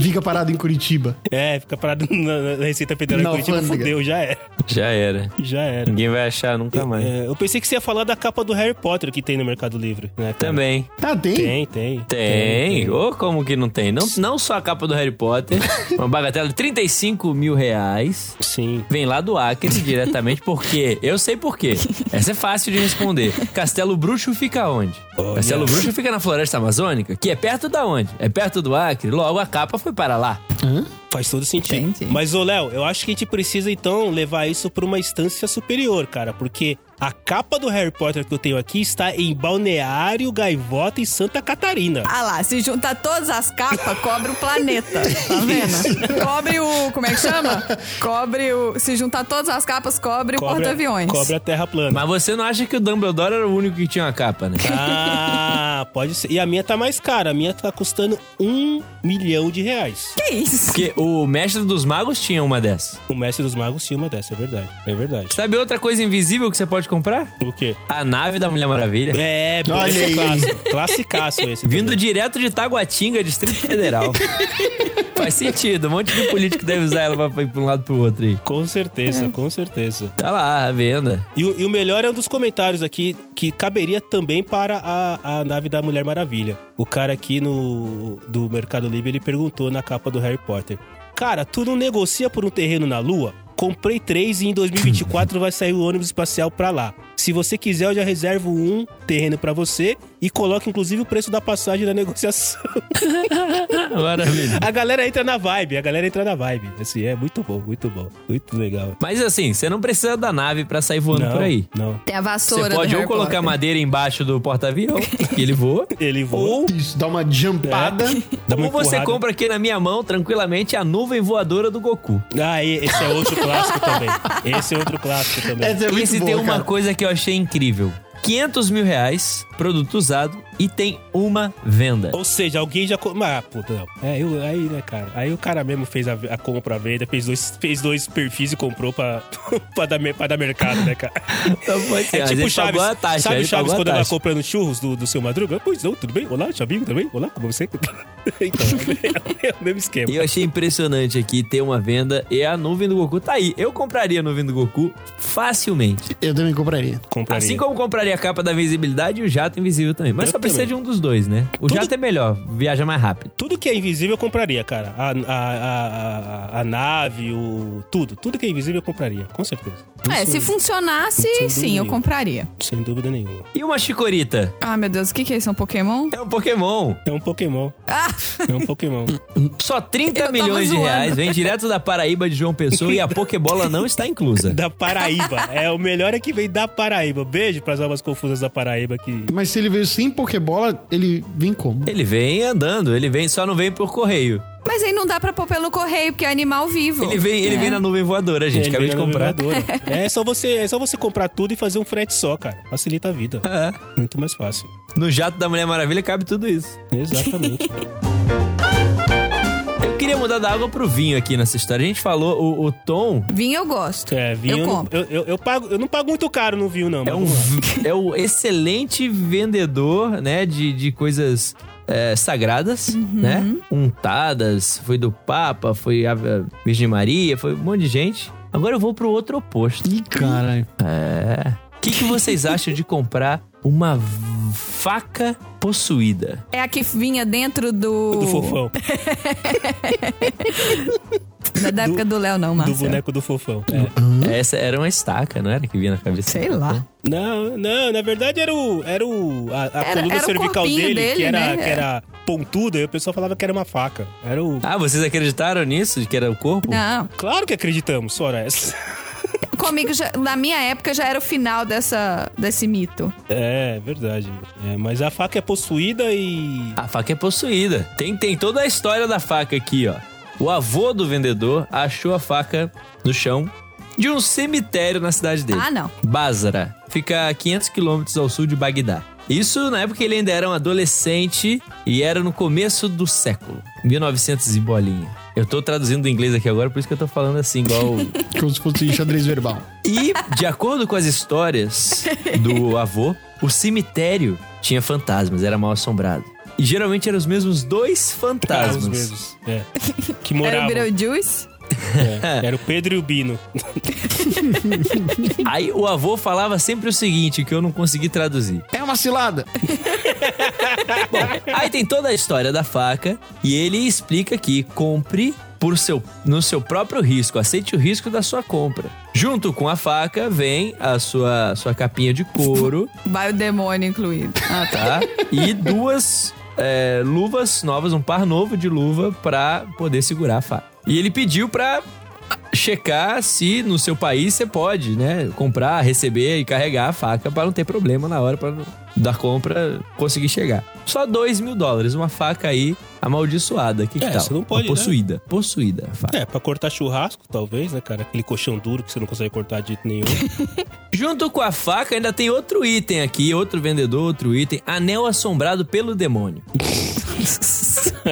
E: Fica parado em Curitiba.
A: É, fica parado na, na Receita Federal
E: Na
A: em Curitiba,
E: alfândega.
A: fudeu, já era.
D: Já era.
A: Já era.
D: Ninguém vai achar nunca mais.
A: É, eu pensei que você ia falar da capa do Harry Potter que tem no Mercado Livre, né? cara?
D: Também.
E: Ah, tem?
A: Tem, tem.
D: Tem. Ô, como que não tem? Não, não só a capa do Harry Potter, uma bagatela de 35 mil reais.
A: Sim.
D: Vem lá do Acre diretamente, porque eu sei por quê. Essa é fácil de responder. Castelo Bruxo fica onde?
A: Olha.
D: Castelo Bruxo fica na floresta amazônica, que é perto da onde? É perto do Acre. Logo a capa foi para lá.
A: Faz todo sentido.
C: Entendi.
A: Mas, ô Léo, eu acho que a gente precisa, então, levar isso pra uma instância superior, cara. Porque a capa do Harry Potter que eu tenho aqui está em Balneário, Gaivota e Santa Catarina.
C: Ah lá, se juntar todas as capas, cobre o planeta. Tá vendo? cobre o. Como é que chama? Cobre o. Se juntar todas as capas, cobre, o porta-aviões.
A: Cobra a terra plana.
D: Mas você não acha que o Dumbledore era o único que tinha uma capa, né?
A: Ah, pode ser. E a minha tá mais cara. A minha tá custando um milhão de reais.
C: Que isso?
D: Porque o Mestre dos Magos tinha uma dessa.
A: O Mestre dos Magos tinha uma dessa, é verdade. É verdade.
D: Sabe outra coisa invisível que você pode comprar?
A: O quê?
D: A nave da Mulher Maravilha.
A: É, pô,
E: Olha
A: esse é
E: aí.
A: clássico. Classicaço esse.
D: Vindo
A: também.
D: direto de Taguatinga, Distrito Federal. Faz sentido, um monte de político deve usar ela pra ir pra um lado e pro outro aí.
A: Com
E: É.
A: certeza, com certeza.
D: Tá lá, à venda.
A: E, o- e o melhor é um dos comentários aqui que caberia também para a, a nave da Mulher Maravilha. O cara aqui no do Mercado Livre ele perguntou na capa do Harry Potter: Cara, tu não negocia por um terreno na Lua? Comprei três e em 2024 vai sair o ônibus espacial pra lá. Se você quiser, eu já reservo um terreno pra você e coloco inclusive o preço da passagem na negociação.
D: Maravilha.
A: A galera entra na vibe, a galera entra na vibe. Assim, é muito bom, muito bom, muito legal.
D: Mas assim, você não precisa da nave pra sair voando
A: Não,
D: por aí.
A: Não.
B: Tem a vassoura
D: Você
B: do
D: pode ou
B: Harry
D: colocar
B: Potter.
D: madeira embaixo do porta-avião, que ele voa.
A: Ele voa.
E: Isso, dá uma jumpada.
A: dá uma
D: Ou você
A: empurrada.
D: compra aqui na minha mão, tranquilamente, a nuvem voadora do Goku.
A: Ah, e- esse é outro clássico também. Esse é outro clássico também.
E: Essa é muito
D: Esse
E: boa,
D: tem uma
E: cara.
D: coisa que eu achei incrível. 500 mil reais, produto usado, e tem uma venda.
A: Ou seja, alguém já. co- Ah, puta, não. É, eu, aí, né, cara? Aí o cara mesmo fez a, a compra, a venda, fez dois, fez dois perfis e comprou pra, pra, dar, me- pra dar mercado, né, cara?
D: Então, pode ser,
A: É
D: mas
A: tipo
D: ele
A: o Chaves.
D: pagou a taxa,
A: Sabe o
D: ele
A: Chaves
D: pagou a
A: quando ela
D: taxa.
A: comprando churros do, do seu Madruga? Pois não, tudo bem? Olá, Chavinho, também? Olá, como você? Então, é, o mesmo esquema.
D: E eu achei impressionante aqui ter uma venda e a nuvem do Goku tá aí. Eu compraria a nuvem do Goku facilmente.
E: Eu também compraria.
A: Compraria.
D: Assim como compraria a capa da visibilidade e o jato invisível também. Mas
A: Eu
D: só precisa
A: também.
D: de um dos dois, né? O
A: Tudo-
D: jato é melhor, viaja mais rápido.
A: Tudo que é invisível eu compraria, cara. A, a, a, a- a nave, o. Tudo. Tudo que é invisível eu compraria, com certeza.
C: É,
A: Isso,
C: se funcionasse,
A: Sem dúvida
C: sim, eu
A: nenhuma.
C: compraria.
A: Sem dúvida nenhuma.
D: E uma chicorita?
C: Ah, meu Deus, o que, que é isso? É um Pokémon?
D: É um Pokémon.
A: É um Pokémon.
C: Ah.
A: É um Pokémon.
D: Só 30
C: Eu tava
D: milhões de
C: zoando.
D: reais, vem direto da Paraíba de João Pessoa e a Pokébola não está inclusa.
A: Da Paraíba. É o melhor é que vem da Paraíba. Beijo pras almas confusas da Paraíba que.
E: Mas se ele veio sem Pokébola, ele vem como?
D: Ele vem andando, ele vem, só não vem por correio.
C: Mas aí não dá pra pôr pelo correio, porque é animal vivo.
D: Ele vem, ele
C: É.
D: vem na nuvem voadora, gente. Acabei de
A: Ele vem na
D: comprar.
A: mineradora. É só, você, é só você comprar tudo e fazer um frete só, cara. Facilita a vida.
D: É.
A: Muito mais fácil.
D: No jato da Mulher Maravilha cabe tudo isso.
A: Exatamente.
D: Eu queria mudar da água pro vinho aqui nessa história. A gente falou o, o tom.
C: Vinho eu gosto.
A: É, vinho.
C: Eu
A: não-
C: compro.
A: eu, eu, eu pago, eu não pago muito caro no vinho, não.
D: É
A: mas
D: um,
A: vamos lá.
D: v- é um excelente vendedor, né? De, de coisas é, sagradas, né? Untadas, foi do Papa, foi a a Virgem Maria, foi um monte de gente. Agora eu vou pro outro oposto.
E: Ih, caralho.
D: O que, que vocês acham de comprar uma v- faca possuída?
C: É a que vinha dentro do.
A: Do fofão.
C: Não é da época do Léo, não,
A: Do
C: Marcelo.
A: boneco do fofão.
D: Uhum.
A: É.
D: Essa era uma estaca, não era? Que vinha na cabeça.
C: Sei lá.
A: Não, não, na verdade era o. Era o. A, a
C: Era-
A: coluna
C: era o
A: cervical
C: corpinho
A: dele, que,
C: dele,
A: era,
C: né?
A: que era pontuda, e o pessoal falava que era uma faca. Era o.
D: Ah, vocês acreditaram nisso? De que era o corpo?
C: Não,
A: Claro que acreditamos, Sora. essa.
C: comigo, já- na minha época, já era o final dessa, desse mito.
A: É, verdade. É, mas a faca é possuída e.
D: A faca é possuída. Tem, tem toda a história da faca aqui, ó. o avô do vendedor achou a faca no chão de um cemitério na cidade dele.
B: Ah, não.
D: Basra. Fica a 500 quilômetros ao sul de Bagdá. Isso na época ele ainda era um adolescente e era no começo do século. 1900 e bolinha. Eu tô traduzindo do inglês aqui agora, por isso que eu tô falando assim, igual...
E: Como se fosse xadrez verbal.
D: e, de acordo com as histórias do avô, o cemitério tinha fantasmas, era mal assombrado. E geralmente eram os mesmos dois
A: Eram
D: fantasmas.
A: os mesmos. É. Que
C: Era o
A: moravam.
C: Beetlejuice?
A: É. Era o Pedro e o Bino.
D: Aí o avô falava sempre o seguinte, que eu não consegui traduzir.
E: É uma cilada.
D: Aí tem toda a história da faca e ele explica que compre por seu, no seu próprio risco, aceite o risco da sua compra. Junto com a faca vem a sua, sua capinha de couro,
C: Vai o demônio incluído. Ah, tá.
D: tá? E duas é, luvas novas, um par novo de luva pra poder segurar a faca. E ele pediu pra checar se no seu país você pode, né, comprar, receber e carregar a faca pra não ter problema na hora pra, da compra conseguir chegar. Só dois mil dólares, uma faca aí amaldiçoada. Que que
A: É,
D: tal?
A: você não
D: Uma
A: pode, né?
D: possuída, possuída a faca.
A: É, pra cortar churrasco, talvez, né, cara? Aquele colchão duro que você não consegue cortar de jeito nenhum.
D: Junto com a faca ainda tem outro item aqui, outro vendedor, outro item, anel assombrado pelo demônio.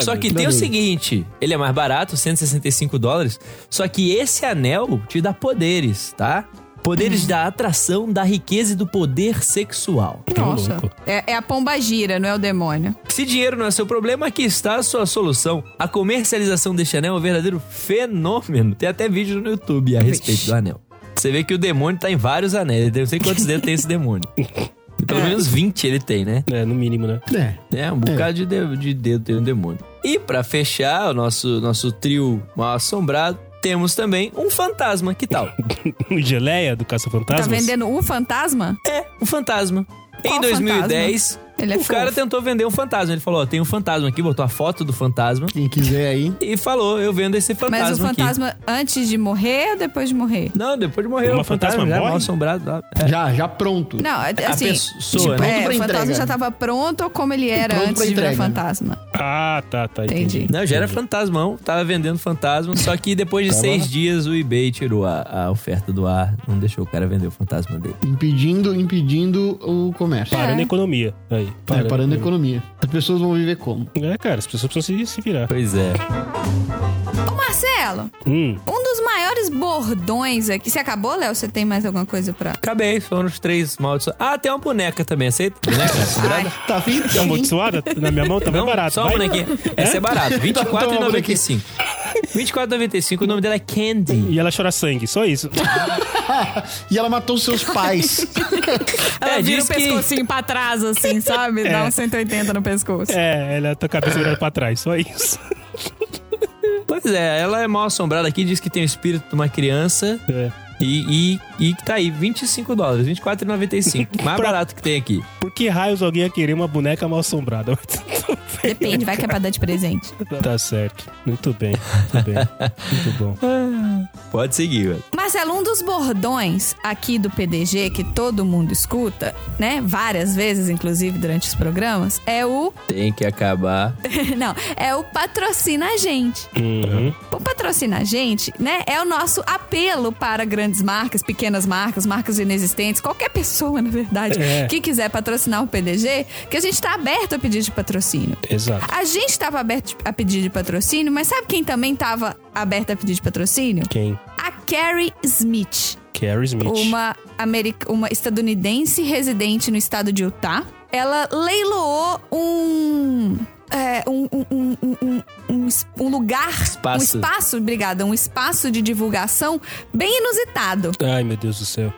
D: Só que tem o seguinte, ele é mais barato, 165 dólares, só que esse anel te dá poderes, tá? Poderes da atração, da riqueza e do poder sexual.
A: Nossa.
C: É, é a pomba gira, não é o demônio.
D: Se dinheiro não é seu problema, aqui está a sua solução. A comercialização deste anel é um verdadeiro fenômeno. Tem até vídeo no YouTube a respeito do anel. Você vê que o demônio tá em vários anéis. Eu não sei quantos dedos tem esse demônio.
C: É.
D: Pelo menos 20 ele tem, né?
A: É, no mínimo, né?
E: É.
D: né? Um bocado de, de, de dedo tem um demônio. E pra fechar o nosso, nosso trio mal assombrado, temos também um fantasma. Que tal?
A: O Geleia do
C: Tá
A: Caça-Fantasmas.
C: vendendo o fantasma?
D: É, um fantasma.
C: Qual
D: em 2010,
C: Ele é
D: o cara
C: fofo.
D: tentou vender um fantasma. Ele falou: ó, tem um fantasma aqui, botou a foto do fantasma
E: Quem quiser aí.
D: e falou: eu vendo esse fantasma.
C: Mas o
D: aqui.
C: fantasma antes de morrer ou depois de morrer?
D: Não, depois de morrer,
A: Uma
D: o fantasma,
A: fantasma
D: já
A: morre?
D: mal assombrado. lá. É.
E: Já, já pronto.
C: Não, é-
D: A
C: assim.
D: pessoa,
C: tipo,
D: né?
C: é,
E: Pronto pra
C: o fantasma
E: entrega.
C: já tava pronto ou como ele era
E: Pronto
C: antes
E: pra
C: de virar
E: entrega.
C: fantasma?
A: Ah, tá, tá. Entendi.
C: Entendi.
D: Não, já era fantasmão, tava vendendo fantasma, só que depois de seis dias o eBay tirou a, a oferta do ar, não deixou o cara vender o fantasma dele.
E: Impedindo, impedindo o comércio.
A: Parando
B: É.
A: a economia. Aí,
E: É, parando a economia. As pessoas vão viver como?
A: É, cara, as pessoas precisam se, se virar.
D: Pois é.
B: Ô, Marcelo,
A: Hum,
B: um dos maiores bordões aqui. Você acabou, Léo? Você tem mais alguma coisa pra.
D: Acabei, foram os três maldições. Ah, tem uma boneca também, aceita? Boneca? Sobrada?
E: Tá afim?
A: tá amaldiçoada na minha mão? Tá bem
D: Não,
A: barato.
D: só uma
A: vai.
D: bonequinha. Essa é barata,
E: Toma uma
D: 24,95. 24,95, o nome dela é Candy.
A: E ela chora sangue, só isso.
E: E ela matou seus pais.
C: Ela
D: É,
C: vira o
D: diz que-
C: pescocinho pra trás, assim, sabe? Dá um 180 no pescoço.
A: É, ela tá com a cabeça virada pra trás, só isso.
D: Pois é, ela é mal assombrada aqui, diz que tem o espírito de uma criança
A: É.
D: e, e, e tá aí, 25 dólares, 24,95. Mais barato que tem aqui.
A: Por que raios alguém ia querer uma boneca mal assombrada?
C: Depende, vai que é pra dar de presente.
A: tá certo. Muito bem, muito bem. Muito bom.
D: Pode seguir, velho.
B: Marcelo, um dos bordões aqui do PDG que todo mundo escuta, né? Várias vezes, inclusive durante os programas, é o.
D: Tem que acabar.
B: Não, é o patrocina a gente.
A: Uhum.
B: O patrocina a gente, né? É o nosso apelo para grandes marcas, pequenas marcas, marcas inexistentes, qualquer pessoa, na verdade,
A: É.
B: que quiser patrocinar o PDG, que a gente tá aberto a pedir de patrocínio.
A: Exato.
B: A gente tava aberto a pedir de patrocínio, mas sabe quem também tava aberta a pedir de patrocínio?
A: Quem?
B: A Carrie Smith.
A: Carrie Smith.
B: uma, americ- uma estadunidense residente no estado de Utah. Ela leiloou um. é, um, um- um- um- um- um es- um lugar.
D: Espaço.
B: Um espaço, obrigada. Um espaço de divulgação bem inusitado.
A: Ai, meu Deus do céu.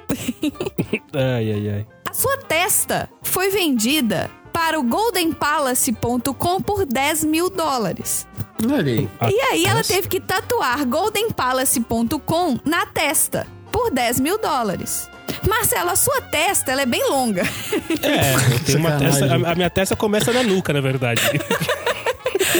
A: ai, ai, ai.
B: A sua testa foi vendida para o goldenpalace.com por 10 mil dólares.
E: Olha aí.
A: A
B: E aí ela
A: testa?
B: teve que tatuar goldenpalace.com na testa por 10 mil dólares. Marcelo, a sua testa ela é bem longa.
A: É, tem uma
E: Sacanagem.
A: testa, a, a minha testa começa na nuca, na verdade.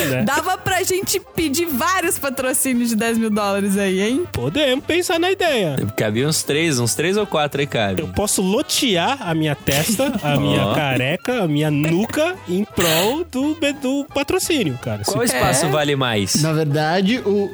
A: Né?
C: Dava pra gente pedir vários patrocínios de 10 mil dólares aí, hein?
A: Podemos pensar na ideia.
D: Cabia uns três, uns três ou quatro aí, cara.
A: Eu posso lotear a minha testa, a minha
D: Ó.
A: careca, a minha nuca em prol do, do patrocínio, cara. Se-
B: É.
D: Qual espaço vale mais?
E: Na verdade, o.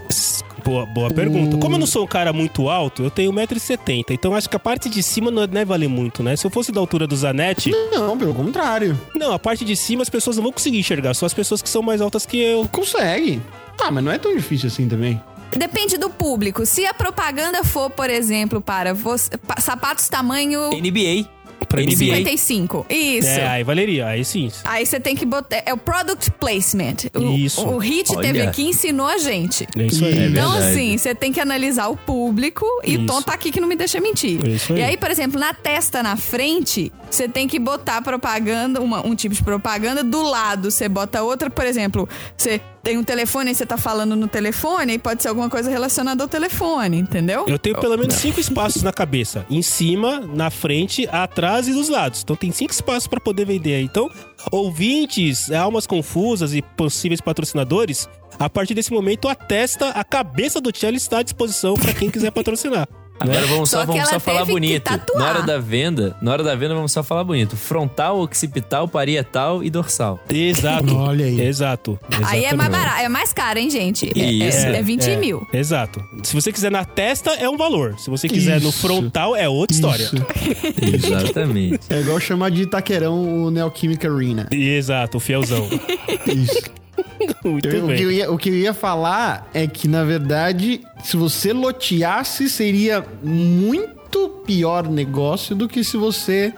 A: Boa, boa pergunta. Como eu não sou um cara muito alto, eu tenho 1,70m. Então acho que a parte de cima não deve valer muito, né? Se eu fosse da altura do Zanetti,
E: Não, pelo contrário.
A: não, a parte de cima as pessoas não vão conseguir enxergar. Só as pessoas que são mais altas que eu.
E: Consegue. Ah, mas não é tão difícil assim também.
B: Depende do público. Se a propaganda for, por exemplo, para você- pa- sapatos tamanho
D: NBA.
A: Pra mim,
D: NBA.
B: 55. Isso.
A: É, aí valeria, aí sim.
B: Aí você tem que botar. É o product placement. O,
A: Isso.
B: O Hit
D: Olha.
B: TV aqui ensinou a gente.
A: É isso aí.
E: É
B: então,
D: verdade.
B: assim, você tem que analisar o público e
A: Isso.
B: o Tom tá aqui que não me deixa mentir.
A: É isso aí.
B: E aí, por exemplo, na testa na frente, você tem que botar propaganda, uma- um tipo de propaganda, do lado você bota outra, por exemplo, você tem um telefone e você tá falando no telefone, e pode ser alguma coisa relacionada ao telefone, entendeu?
A: Eu tenho pelo menos cinco espaços na cabeça. Em cima, na frente, atrás e dos lados. Então tem cinco espaços para poder vender aí. Então, ouvintes, almas confusas e possíveis patrocinadores, a partir desse momento, a testa, a cabeça do Tchelo está à disposição para quem quiser patrocinar.
D: Agora vamos
B: Só
D: só,
B: que
D: vamos
B: ela
D: só falar
B: teve que
D: bonito.
B: tatuar.
D: Na hora da venda, na hora da venda vamos só falar bonito. Frontal, occipital, parietal e dorsal.
A: Exato.
E: Olha aí.
A: Exato.
B: Aí é mais
A: Exatamente.
B: barato, é mais caro, hein, gente? É-
D: Isso.
B: É, é 20
A: É,
B: mil.
A: Exato. Se você quiser na testa, é um valor. Se você quiser no
E: Isso.
A: frontal, é outra história.
E: Isso.
D: Exatamente.
E: É igual chamar de Itaquerão o Neoquímica Arena.
A: Exato, o fielzão.
E: Isso.
A: Muito
E: Eu- o, que eu
A: bem.
E: ia, o que eu ia falar é que, na verdade, se você loteasse, seria muito pior negócio do que se você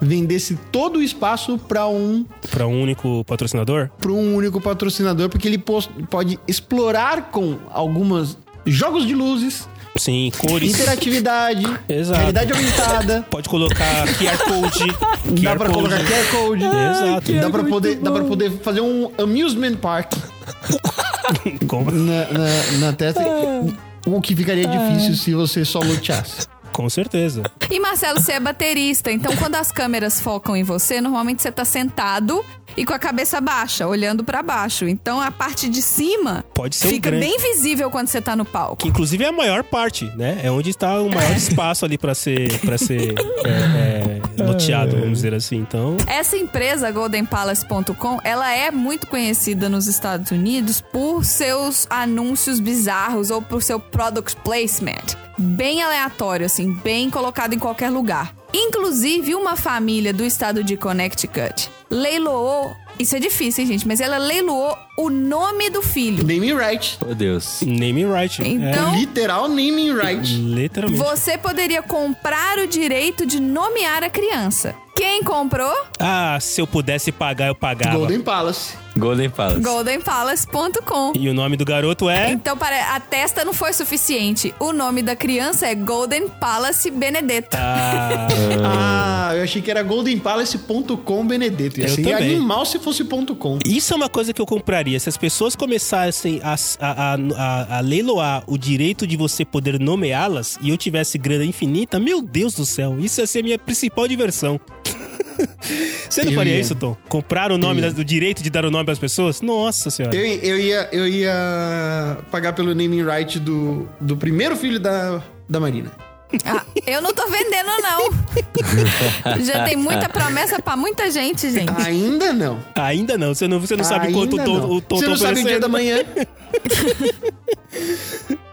E: vendesse todo o espaço para um,
A: Para um único patrocinador?
E: pra um único patrocinador, porque ele pos- pode explorar com algumas jogos de luzes,
A: Sim, cores.
E: interatividade,
A: Exato.
E: realidade aumentada.
A: Pode colocar QR Code.
E: Dá
A: QR
E: pra
A: code.
E: colocar QR Code.
A: Exato.
E: Dá pra, poder, dá pra poder fazer um amusement park
A: Com,
E: na, na, na testa.
A: Ah.
E: O que ficaria difícil se você só luteasse.
A: com certeza.
B: E Marcelo, você é baterista, então quando as câmeras focam em você, normalmente você tá sentado e com a cabeça baixa, olhando pra baixo. Então a parte de cima
A: Pode ser um
B: fica
A: grande-
B: bem visível quando você tá no
A: Que
B: palco.
A: inclusive é a maior parte, né? É onde está o maior espaço ali pra ser, pra ser é, é, loteado, vamos dizer assim. Então,
B: Essa empresa, goldenpalace.com, ela é muito conhecida nos Estados Unidos por seus anúncios bizarros ou por seu product placement. Bem aleatório, assim, bem colocado em qualquer lugar. Inclusive, uma família do estado de Connecticut leiloou. Isso é difícil, hein, gente? Mas ela leiloou o nome do filho.
E: Naming right.
D: Meu Deus.
A: name right.
B: Então,
E: Literal naming
A: É,
E: right.
A: literalmente.
B: você poderia comprar o direito de nomear a criança. Quem comprou?
A: Ah, se eu pudesse pagar, eu pagava.
E: Golden Palace.
D: Golden Palace.
B: goldenpalace.com.
A: E o nome do garoto é.
B: Então, para a testa não foi suficiente. O nome da criança é Golden Palace Benedetta.
A: Ah,
E: Ah, eu achei que era goldenpalace.com Benedetto. Ia
A: Eu
E: ser
A: também.
E: animal se fosse ponto .com.
A: isso é uma coisa que eu compraria. Se as pessoas começassem a, a, a- a- a leiloar o direito de você poder nomeá-las e eu tivesse grana infinita, meu Deus do céu, isso ia ser minha principal diversão. Você não
E: Eu
A: faria
E: ia.
A: isso, Tom? Comprar o nome, das- do direito de dar o nome às pessoas? Nossa senhora.
E: Eu, eu, ia, eu ia pagar pelo naming right do, do primeiro filho da, da Marina.
B: Ah, eu não tô vendendo, não. Já tem muita promessa pra muita gente, gente.
A: Ah,
E: Ainda não.
A: Ainda não, você não, você não sabe
E: Ainda
A: quanto o Tom,
E: não.
A: o Tom
E: Você não
A: tá
E: sabe o dia
A: oferecendo.
E: da manhã.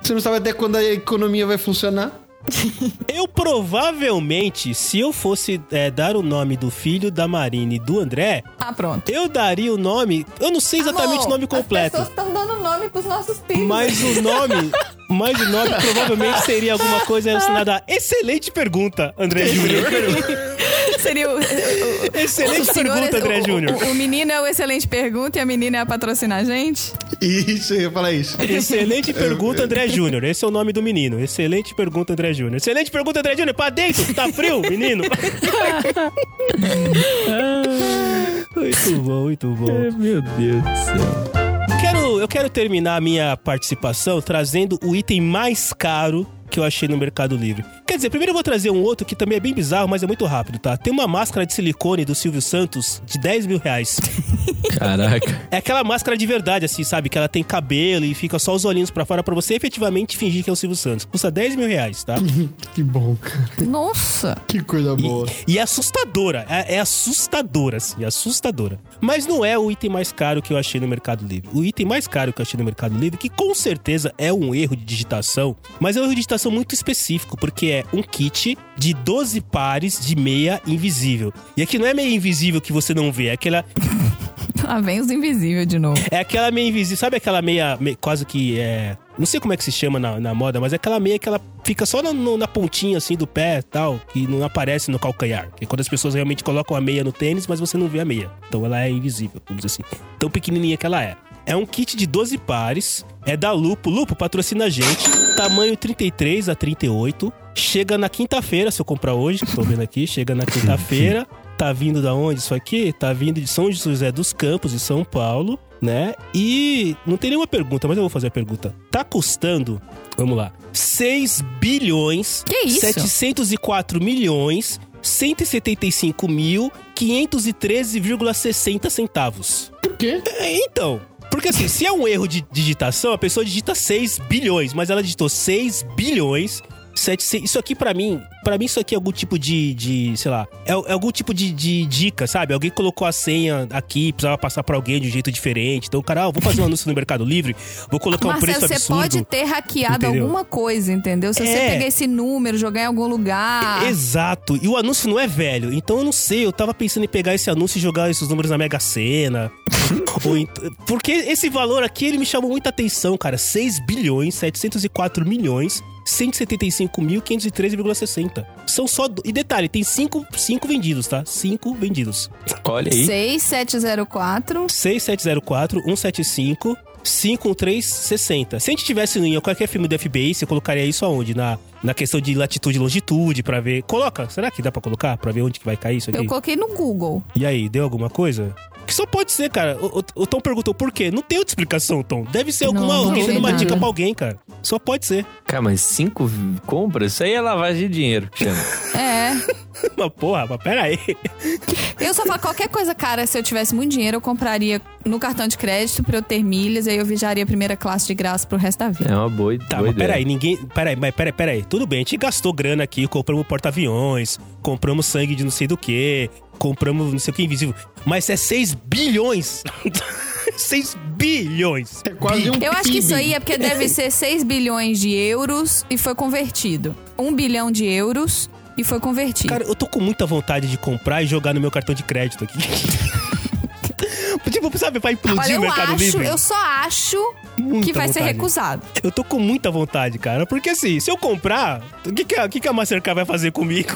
E: Você não sabe até quando a economia vai funcionar.
A: Eu provavelmente, se eu fosse é, dar o nome do filho da Marine e do André,
C: Tá
B: Ah, pronto.
A: eu daria o nome. Eu não sei exatamente
B: Amor,
A: o nome completo.
B: As pessoas estão dando nome pros nossos filhos.
A: Mas o nome. Mas o nome provavelmente seria alguma coisa relacionada a. Excelente pergunta, André Júnior.
B: Seria o, o- o-
A: Excelente
B: o senhor- é
A: pergunta, André
B: o- o-
A: Júnior.
B: O, o menino é o excelente pergunta e a menina é a patrocinar a gente?
E: Isso, eu ia falar isso.
A: Excelente pergunta, André Júnior. Esse é o nome do menino. Excelente pergunta, André Júnior. Excelente pergunta, André Júnior. Pra dentro, tá frio, menino. muito bom, muito bom.
D: Meu Deus do céu.
A: Quero, eu quero terminar a minha participação trazendo o item mais caro que eu achei no Mercado Livre. Quer dizer, primeiro eu vou trazer um outro que também é bem bizarro, mas é muito rápido, tá? Tem uma máscara de silicone do Silvio Santos de 10 mil reais.
D: Caraca.
A: É aquela máscara de verdade, assim, sabe? Que ela tem cabelo e fica só os olhinhos pra fora pra você efetivamente fingir que é o Silvio Santos. Custa 10 mil reais, tá?
E: Que bom, cara.
B: Nossa.
E: Que coisa boa.
A: E é assustadora. É, é assustadora, assim. É assustadora. Mas não é o item mais caro que eu achei no Mercado Livre. O item mais caro que eu achei no Mercado Livre, que com certeza é um erro de digitação, mas é um erro de digitação muito específico, porque é um kit de 12 pares de meia invisível. E aqui não é meia invisível que você não vê, é aquela,
B: Lá vem os invisíveis de novo.
A: é aquela meia invisível. Sabe aquela meia, me- quase que é. Não sei como é que se chama na, na moda, mas é aquela meia que ela fica só na, no- na pontinha assim do pé e tal, que não aparece no calcanhar. Que é quando as pessoas realmente colocam a meia no tênis, mas você não vê a meia. Então ela é invisível, vamos dizer assim. Tão pequenininha que ela é. É um kit de 12 pares, é da Lupo. Lupo patrocina a gente. Tamanho 33 a 38. Chega na quinta-feira, se eu comprar hoje, que tô vendo aqui, chega na quinta-feira. Tá vindo da onde isso aqui? Tá vindo de São José dos Campos, de São Paulo, né? E não tem nenhuma pergunta, mas eu vou fazer a pergunta. Tá custando, vamos lá, 6 bilhões,
B: Que isso?
A: 704 milhões, 175 mil, 513,60 centavos.
E: Por quê?
A: É, Então, porque assim, se é um erro de digitação, a pessoa digita 6 bilhões, mas ela digitou 6 bilhões. 7, isso aqui pra mim, para mim isso aqui é algum tipo de, de sei lá, é, é algum tipo de, de dica, sabe? Alguém colocou a senha aqui, precisava passar pra alguém de um jeito diferente. Então, cara, ah, eu vou fazer um anúncio no Mercado Livre, vou colocar um
B: Marcelo,
A: preço
B: você
A: absurdo.
B: pode ter hackeado
A: entendeu?
B: alguma coisa, entendeu? Se você
A: É.
B: pegar esse número, jogar em algum lugar.
A: Exato. E o anúncio não é velho. Então eu não sei, eu tava pensando em pegar esse anúncio e jogar esses números na Mega Sena. Ou ent- Porque esse valor aqui, ele me chamou muita atenção, cara. 6 bilhões, 704 milhões, 175.513,60. São só... do- E detalhe, tem 5 cinco vendidos, tá? 5 vendidos.
D: Olha aí.
B: 6704.
A: 6704 175 51360. Se a gente tivesse em qualquer filme do FBI, você colocaria isso aonde? Na, na questão de latitude e longitude, pra ver. Coloca, será que dá pra colocar? Pra ver onde que vai cair isso
B: Eu
A: aqui?
B: coloquei no Google.
A: E aí, deu alguma coisa? Que só pode ser, cara. O, o- o Tom perguntou por quê? Não tem outra explicação, Tom. Deve ser
B: Não,
A: alguma.
B: não
A: alguém
B: tem
A: dando uma
B: nada.
A: dica pra alguém, cara. Só pode ser.
D: Cara, mas cinco v- compras? Isso aí é lavagem de dinheiro. que Chama.
B: É.
A: Mas porra, mas pera aí.
B: Eu só falo qualquer coisa, cara, se eu tivesse muito dinheiro, eu compraria no cartão de crédito pra eu ter milhas, e aí eu viajaria primeira classe de graça pro resto da vida.
D: É uma boa,
A: Tá,
D: boa
A: mas
D: ideia.
A: peraí, ninguém. Peraí, mas peraí, peraí. Tudo bem, a gente gastou grana aqui, compramos porta-aviões, compramos sangue de não sei do que, compramos não sei o que invisível. Mas é 6 bilhões! 6 bilhões!
E: É quase um
B: Eu acho que
E: PIB.
B: isso aí é porque deve ser 6 bilhões de euros e foi convertido. 1 bilhão de euros e foi convertido.
A: Cara, eu tô com muita vontade de comprar e jogar no meu cartão de crédito aqui. tipo, sabe, vai implodir
B: Olha,
A: o
B: eu
A: Mercado
B: acho,
A: Livre.
B: eu só acho que
A: Muita
B: vai ser
A: vontade.
B: recusado.
A: Eu tô com muita vontade, cara. Porque assim, se eu comprar, o que, que, a, o que, que a Mastercard vai fazer comigo?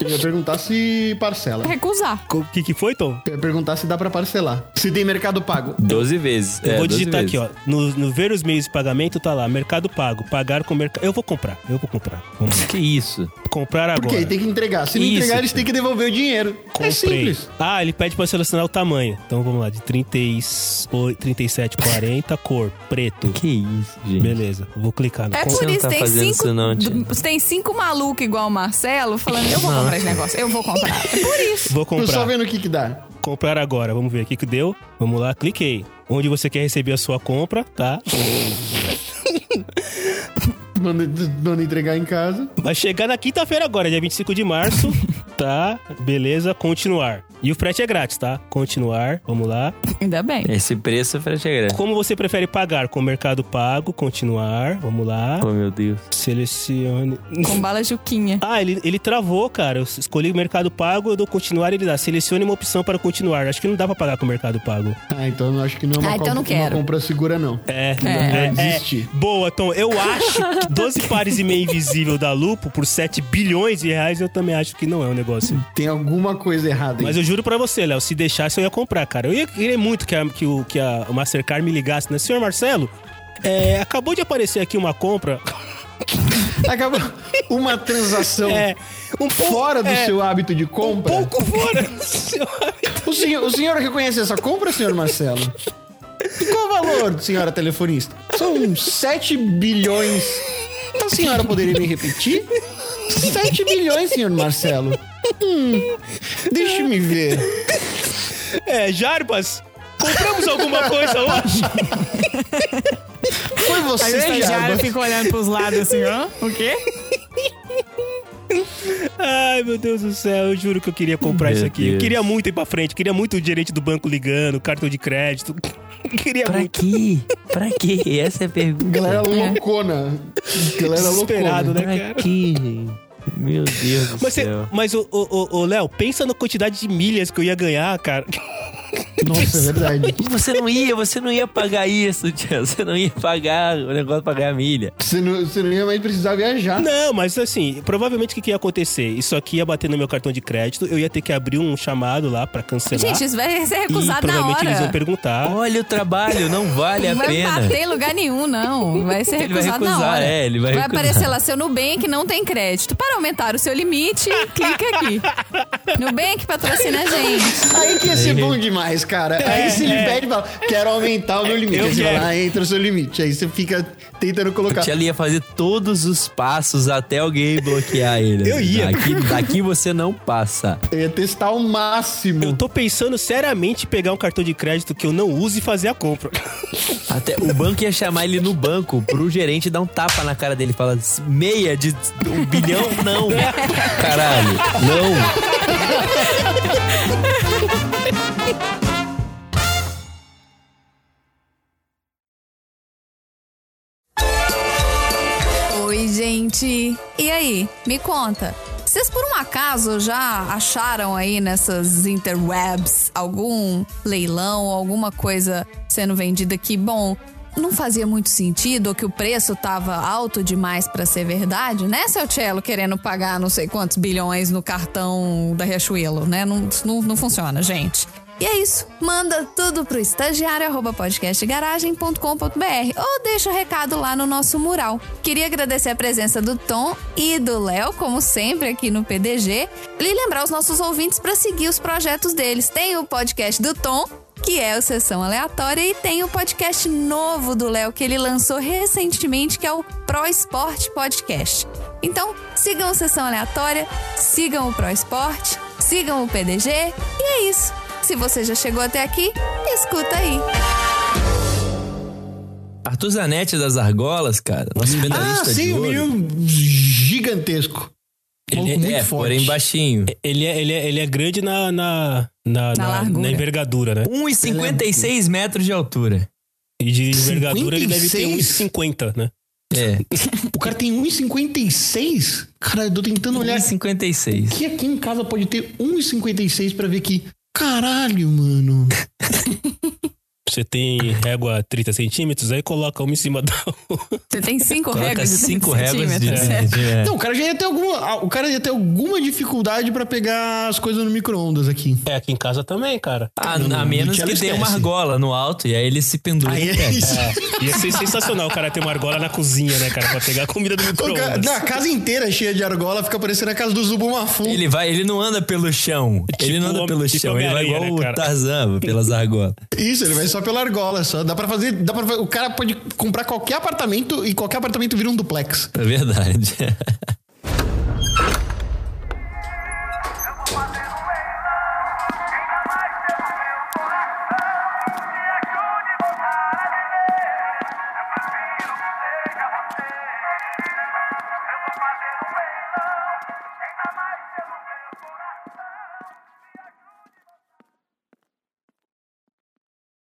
E: Eu ia perguntar se parcela.
B: Recusar.
A: O que, que foi, Tom?
E: Eu ia perguntar se dá pra parcelar. Se tem mercado pago.
D: Doze vezes.
A: Eu
D: é,
A: vou
D: 12
A: digitar
D: vezes.
A: aqui, ó. No, no ver os meios de pagamento tá lá, Mercado Pago, pagar com mercado. Eu vou comprar, eu vou comprar. Vamos
D: Que isso?
A: comprar agora.
E: Porque aí tem que entregar. Se não
D: Isso,
E: entregar, eles têm que devolver o dinheiro. É simples.
A: Ah, ele pede pra selecionar o tamanho. Então vamos lá, de 38, 37, 40, cor, preto.
D: Que isso, gente.
A: Beleza, vou clicar no
B: É
A: com-
D: você
B: por
D: não
B: isso,
D: tá
B: tem
D: fazendo
B: cinco.
D: isso não, Tia?
B: d- tem cinco malucos igual o Marcelo falando, eu vou comprar esse negócio, eu vou comprar. É por isso.
A: Vou
E: Tô só
A: comprar.
E: vendo o que que dá.
A: Comprar agora. Vamos ver aqui que deu. Vamos lá, cliquei. Onde você quer receber a sua compra, tá?
E: Manda, manda entregar em casa.
A: Vai chegar na quinta-feira agora, dia 25 de março. Tá, beleza, continuar. E o frete é grátis, tá? Continuar, vamos lá.
B: Ainda bem.
D: Esse preço é pra chegar.
A: Como você prefere pagar? Com o Mercado Pago, continuar, vamos lá.
D: Oh, meu Deus.
A: Selecione.
B: Com bala Juquinha.
A: Ah, ele, ele travou, cara. Eu escolhi o Mercado Pago, eu dou continuar, ele dá. Selecione uma opção para continuar. Acho que não dá pra pagar com o Mercado Pago.
E: Ah, então eu acho que não é uma,
B: Ah, então
E: compra,
B: não quero.
E: uma compra segura, não.
A: É,
E: É,
A: é,
E: desiste.
A: Boa, Tom. Eu acho que 12 pares e meio invisível da Lupo por 7 bilhões de reais, eu também acho que não é um negócio.
E: Tem alguma coisa errada
A: Mas
E: aí.
A: eu juro pra você, Léo, se deixasse eu ia comprar, cara. Eu ia querer muito que a, que o, que a Mastercard me ligasse, né? Senhor Marcelo, é, acabou de aparecer aqui uma compra.
E: Acabou uma transação
A: É, um pouco,
E: Então, fora do
A: é,
E: seu hábito de
A: Um
E: compra.
A: pouco fora do seu hábito.
E: o, senhor, o senhor reconhece essa compra, senhor Marcelo? Qual o valor, senhora telefonista? São 7 bilhões a senhora poderia me repetir? 7 milhões, senhor Marcelo. Hum, Deixe-me ver.
A: É, Jarbas, compramos alguma coisa hoje?
E: Foi
C: Aí o
E: você,
C: estagiário
E: Jarbas.
C: fica olhando pros lados assim, ó. O quê?
A: Ai, meu Deus do céu, eu juro que eu queria comprar
D: Meu
A: isso aqui. Eu
D: Deus.
A: queria muito ir pra frente, queria muito o gerente do banco ligando, cartão de crédito. queria
D: Pra
A: muito.
D: quê? Pra quê? Essa é a pergunta.
E: Galera loucona. Galera
A: Desesperado,
E: loucona.
A: né,
D: Pra
A: cara?
D: quê, gente? Meu Deus do
A: Mas, cê,
D: céu.
A: mas o, o, o, o Léo, pensa na quantidade de milhas que eu ia ganhar, cara.
E: Nossa, é verdade.
D: E Você não ia, você não ia pagar isso, tia. Você não ia pagar o negócio pra ganhar milha.
E: Você não, você não ia mais precisar viajar.
A: Não, mas assim, provavelmente o que, que ia acontecer? Isso aqui ia bater no meu cartão de crédito, eu ia ter que abrir um chamado lá pra cancelar.
B: Gente, isso vai ser
A: e
B: recusado na
A: provavelmente eles vão
B: hora.
A: perguntar.
D: Olha o trabalho, não vale a
B: Não vai
D: pena.
B: bater em lugar nenhum, não. Vai ser
D: Ele vai
B: recusado na
D: recusar,
B: hora.
D: é, ele vai recusar.
B: aparecer lá seu Nubank não tem crédito. Para aumentar o seu limite, clica aqui. Nubank patrocina a gente.
E: Aí que ia ser bom demais, cara. Aí se ele pede e fala, quero aumentar o meu limite.
A: Eu
E: Aí você vai
A: quero.
E: lá, entra o seu limite. Aí você fica tentando
D: O
E: colocar.
D: Tia Lee ia fazer todos os passos até alguém bloquear ele.
A: Eu ia.
D: Daqui, daqui você não passa.
E: Eu ia testar ao máximo.
A: Eu tô pensando seriamente em pegar um cartão de crédito que eu não use e fazer a compra.
D: Até o banco ia chamar ele no banco pro gerente dar um tapa na cara dele e falar: meia de um bilhão? Não. Caralho, não.
B: Oi, gente. E aí, me conta. Vocês por um acaso já acharam aí nessas interwebs algum leilão, alguma coisa sendo vendida que, bom, não fazia muito sentido ou que o preço tava alto demais pra ser verdade, né, seu Cello querendo pagar não sei quantos bilhões no cartão da Riachuelo, né? Não, isso não, não funciona, gente. E é isso. Manda tudo pro estagiário@podcastgaragem.com.br ou deixa o recado lá no nosso mural. Queria agradecer a presença do Tom e do Léo, como sempre, aqui no PDG. E lembrar os nossos ouvintes para seguir os projetos deles. Tem o podcast do Tom, que é o Sessão Aleatória, e tem o podcast novo do Léo, que ele lançou recentemente, que é o Pro Esporte Podcast. Então, sigam o Sessão Aleatória, sigam o Pro Esporte, sigam o PDG, e é isso. Se você já chegou até aqui, escuta aí.
D: Arthur Zanetti das Argolas, cara, nosso
E: Ah,
D: medalhista de
E: sim, um
D: ouro.
E: menino gigantesco.
D: Ele
E: Maluco muito
D: é,
E: forte.
D: porém baixinho.
A: Ele é, ele é, ele é grande na, na, na, na-
B: largura.
A: na envergadura,
E: é
A: né?
D: 1,56 metros de altura.
A: E de envergadura ele deve ter
E: 56?
A: 1,50, né?
D: É,
E: O cara tem 1,56? Cara, eu tô tentando olhar assim.
D: 1,56.
E: Que aqui em casa pode ter 1,56 pra ver que. Caralho, mano.
A: Você tem régua 30 centímetros, aí coloca uma em cima da outra.
B: Você tem cinco
D: Coloca
B: regras de
D: 5
B: 5
D: réguas de... de-
E: Não, o cara já ia ter alguma. O cara ia ter alguma dificuldade pra pegar as coisas no micro-ondas aqui.
A: É, aqui em casa também, cara.
D: A,
E: Não,
D: Ah, a
E: não,
D: menos
E: Tchelo
D: que tenha uma
E: esquece.
D: argola no alto e aí ele se pendura.
E: Aí é isso.
A: Ia ser sensacional o cara ter uma argola na cozinha, né, cara? Pra pegar a comida do
E: O cara-
A: micro-ondas.
E: não, a casa inteira é cheia de argola, fica parecendo a casa do Zubumafu.
D: Ele vai, ele não anda pelo chão. ele não anda
A: homem-
D: pelo
A: tipo
D: chão, ele vai
A: Homem-Aranha,
D: igual
A: né,
D: o
A: cara?
D: Tarzan, pelas argolas.
E: Isso, ele vai só pela argola, só. Dá pra fazer. Dá pra, o cara pode comprar qualquer apartamento e qualquer apartamento vira um duplex.
D: É verdade.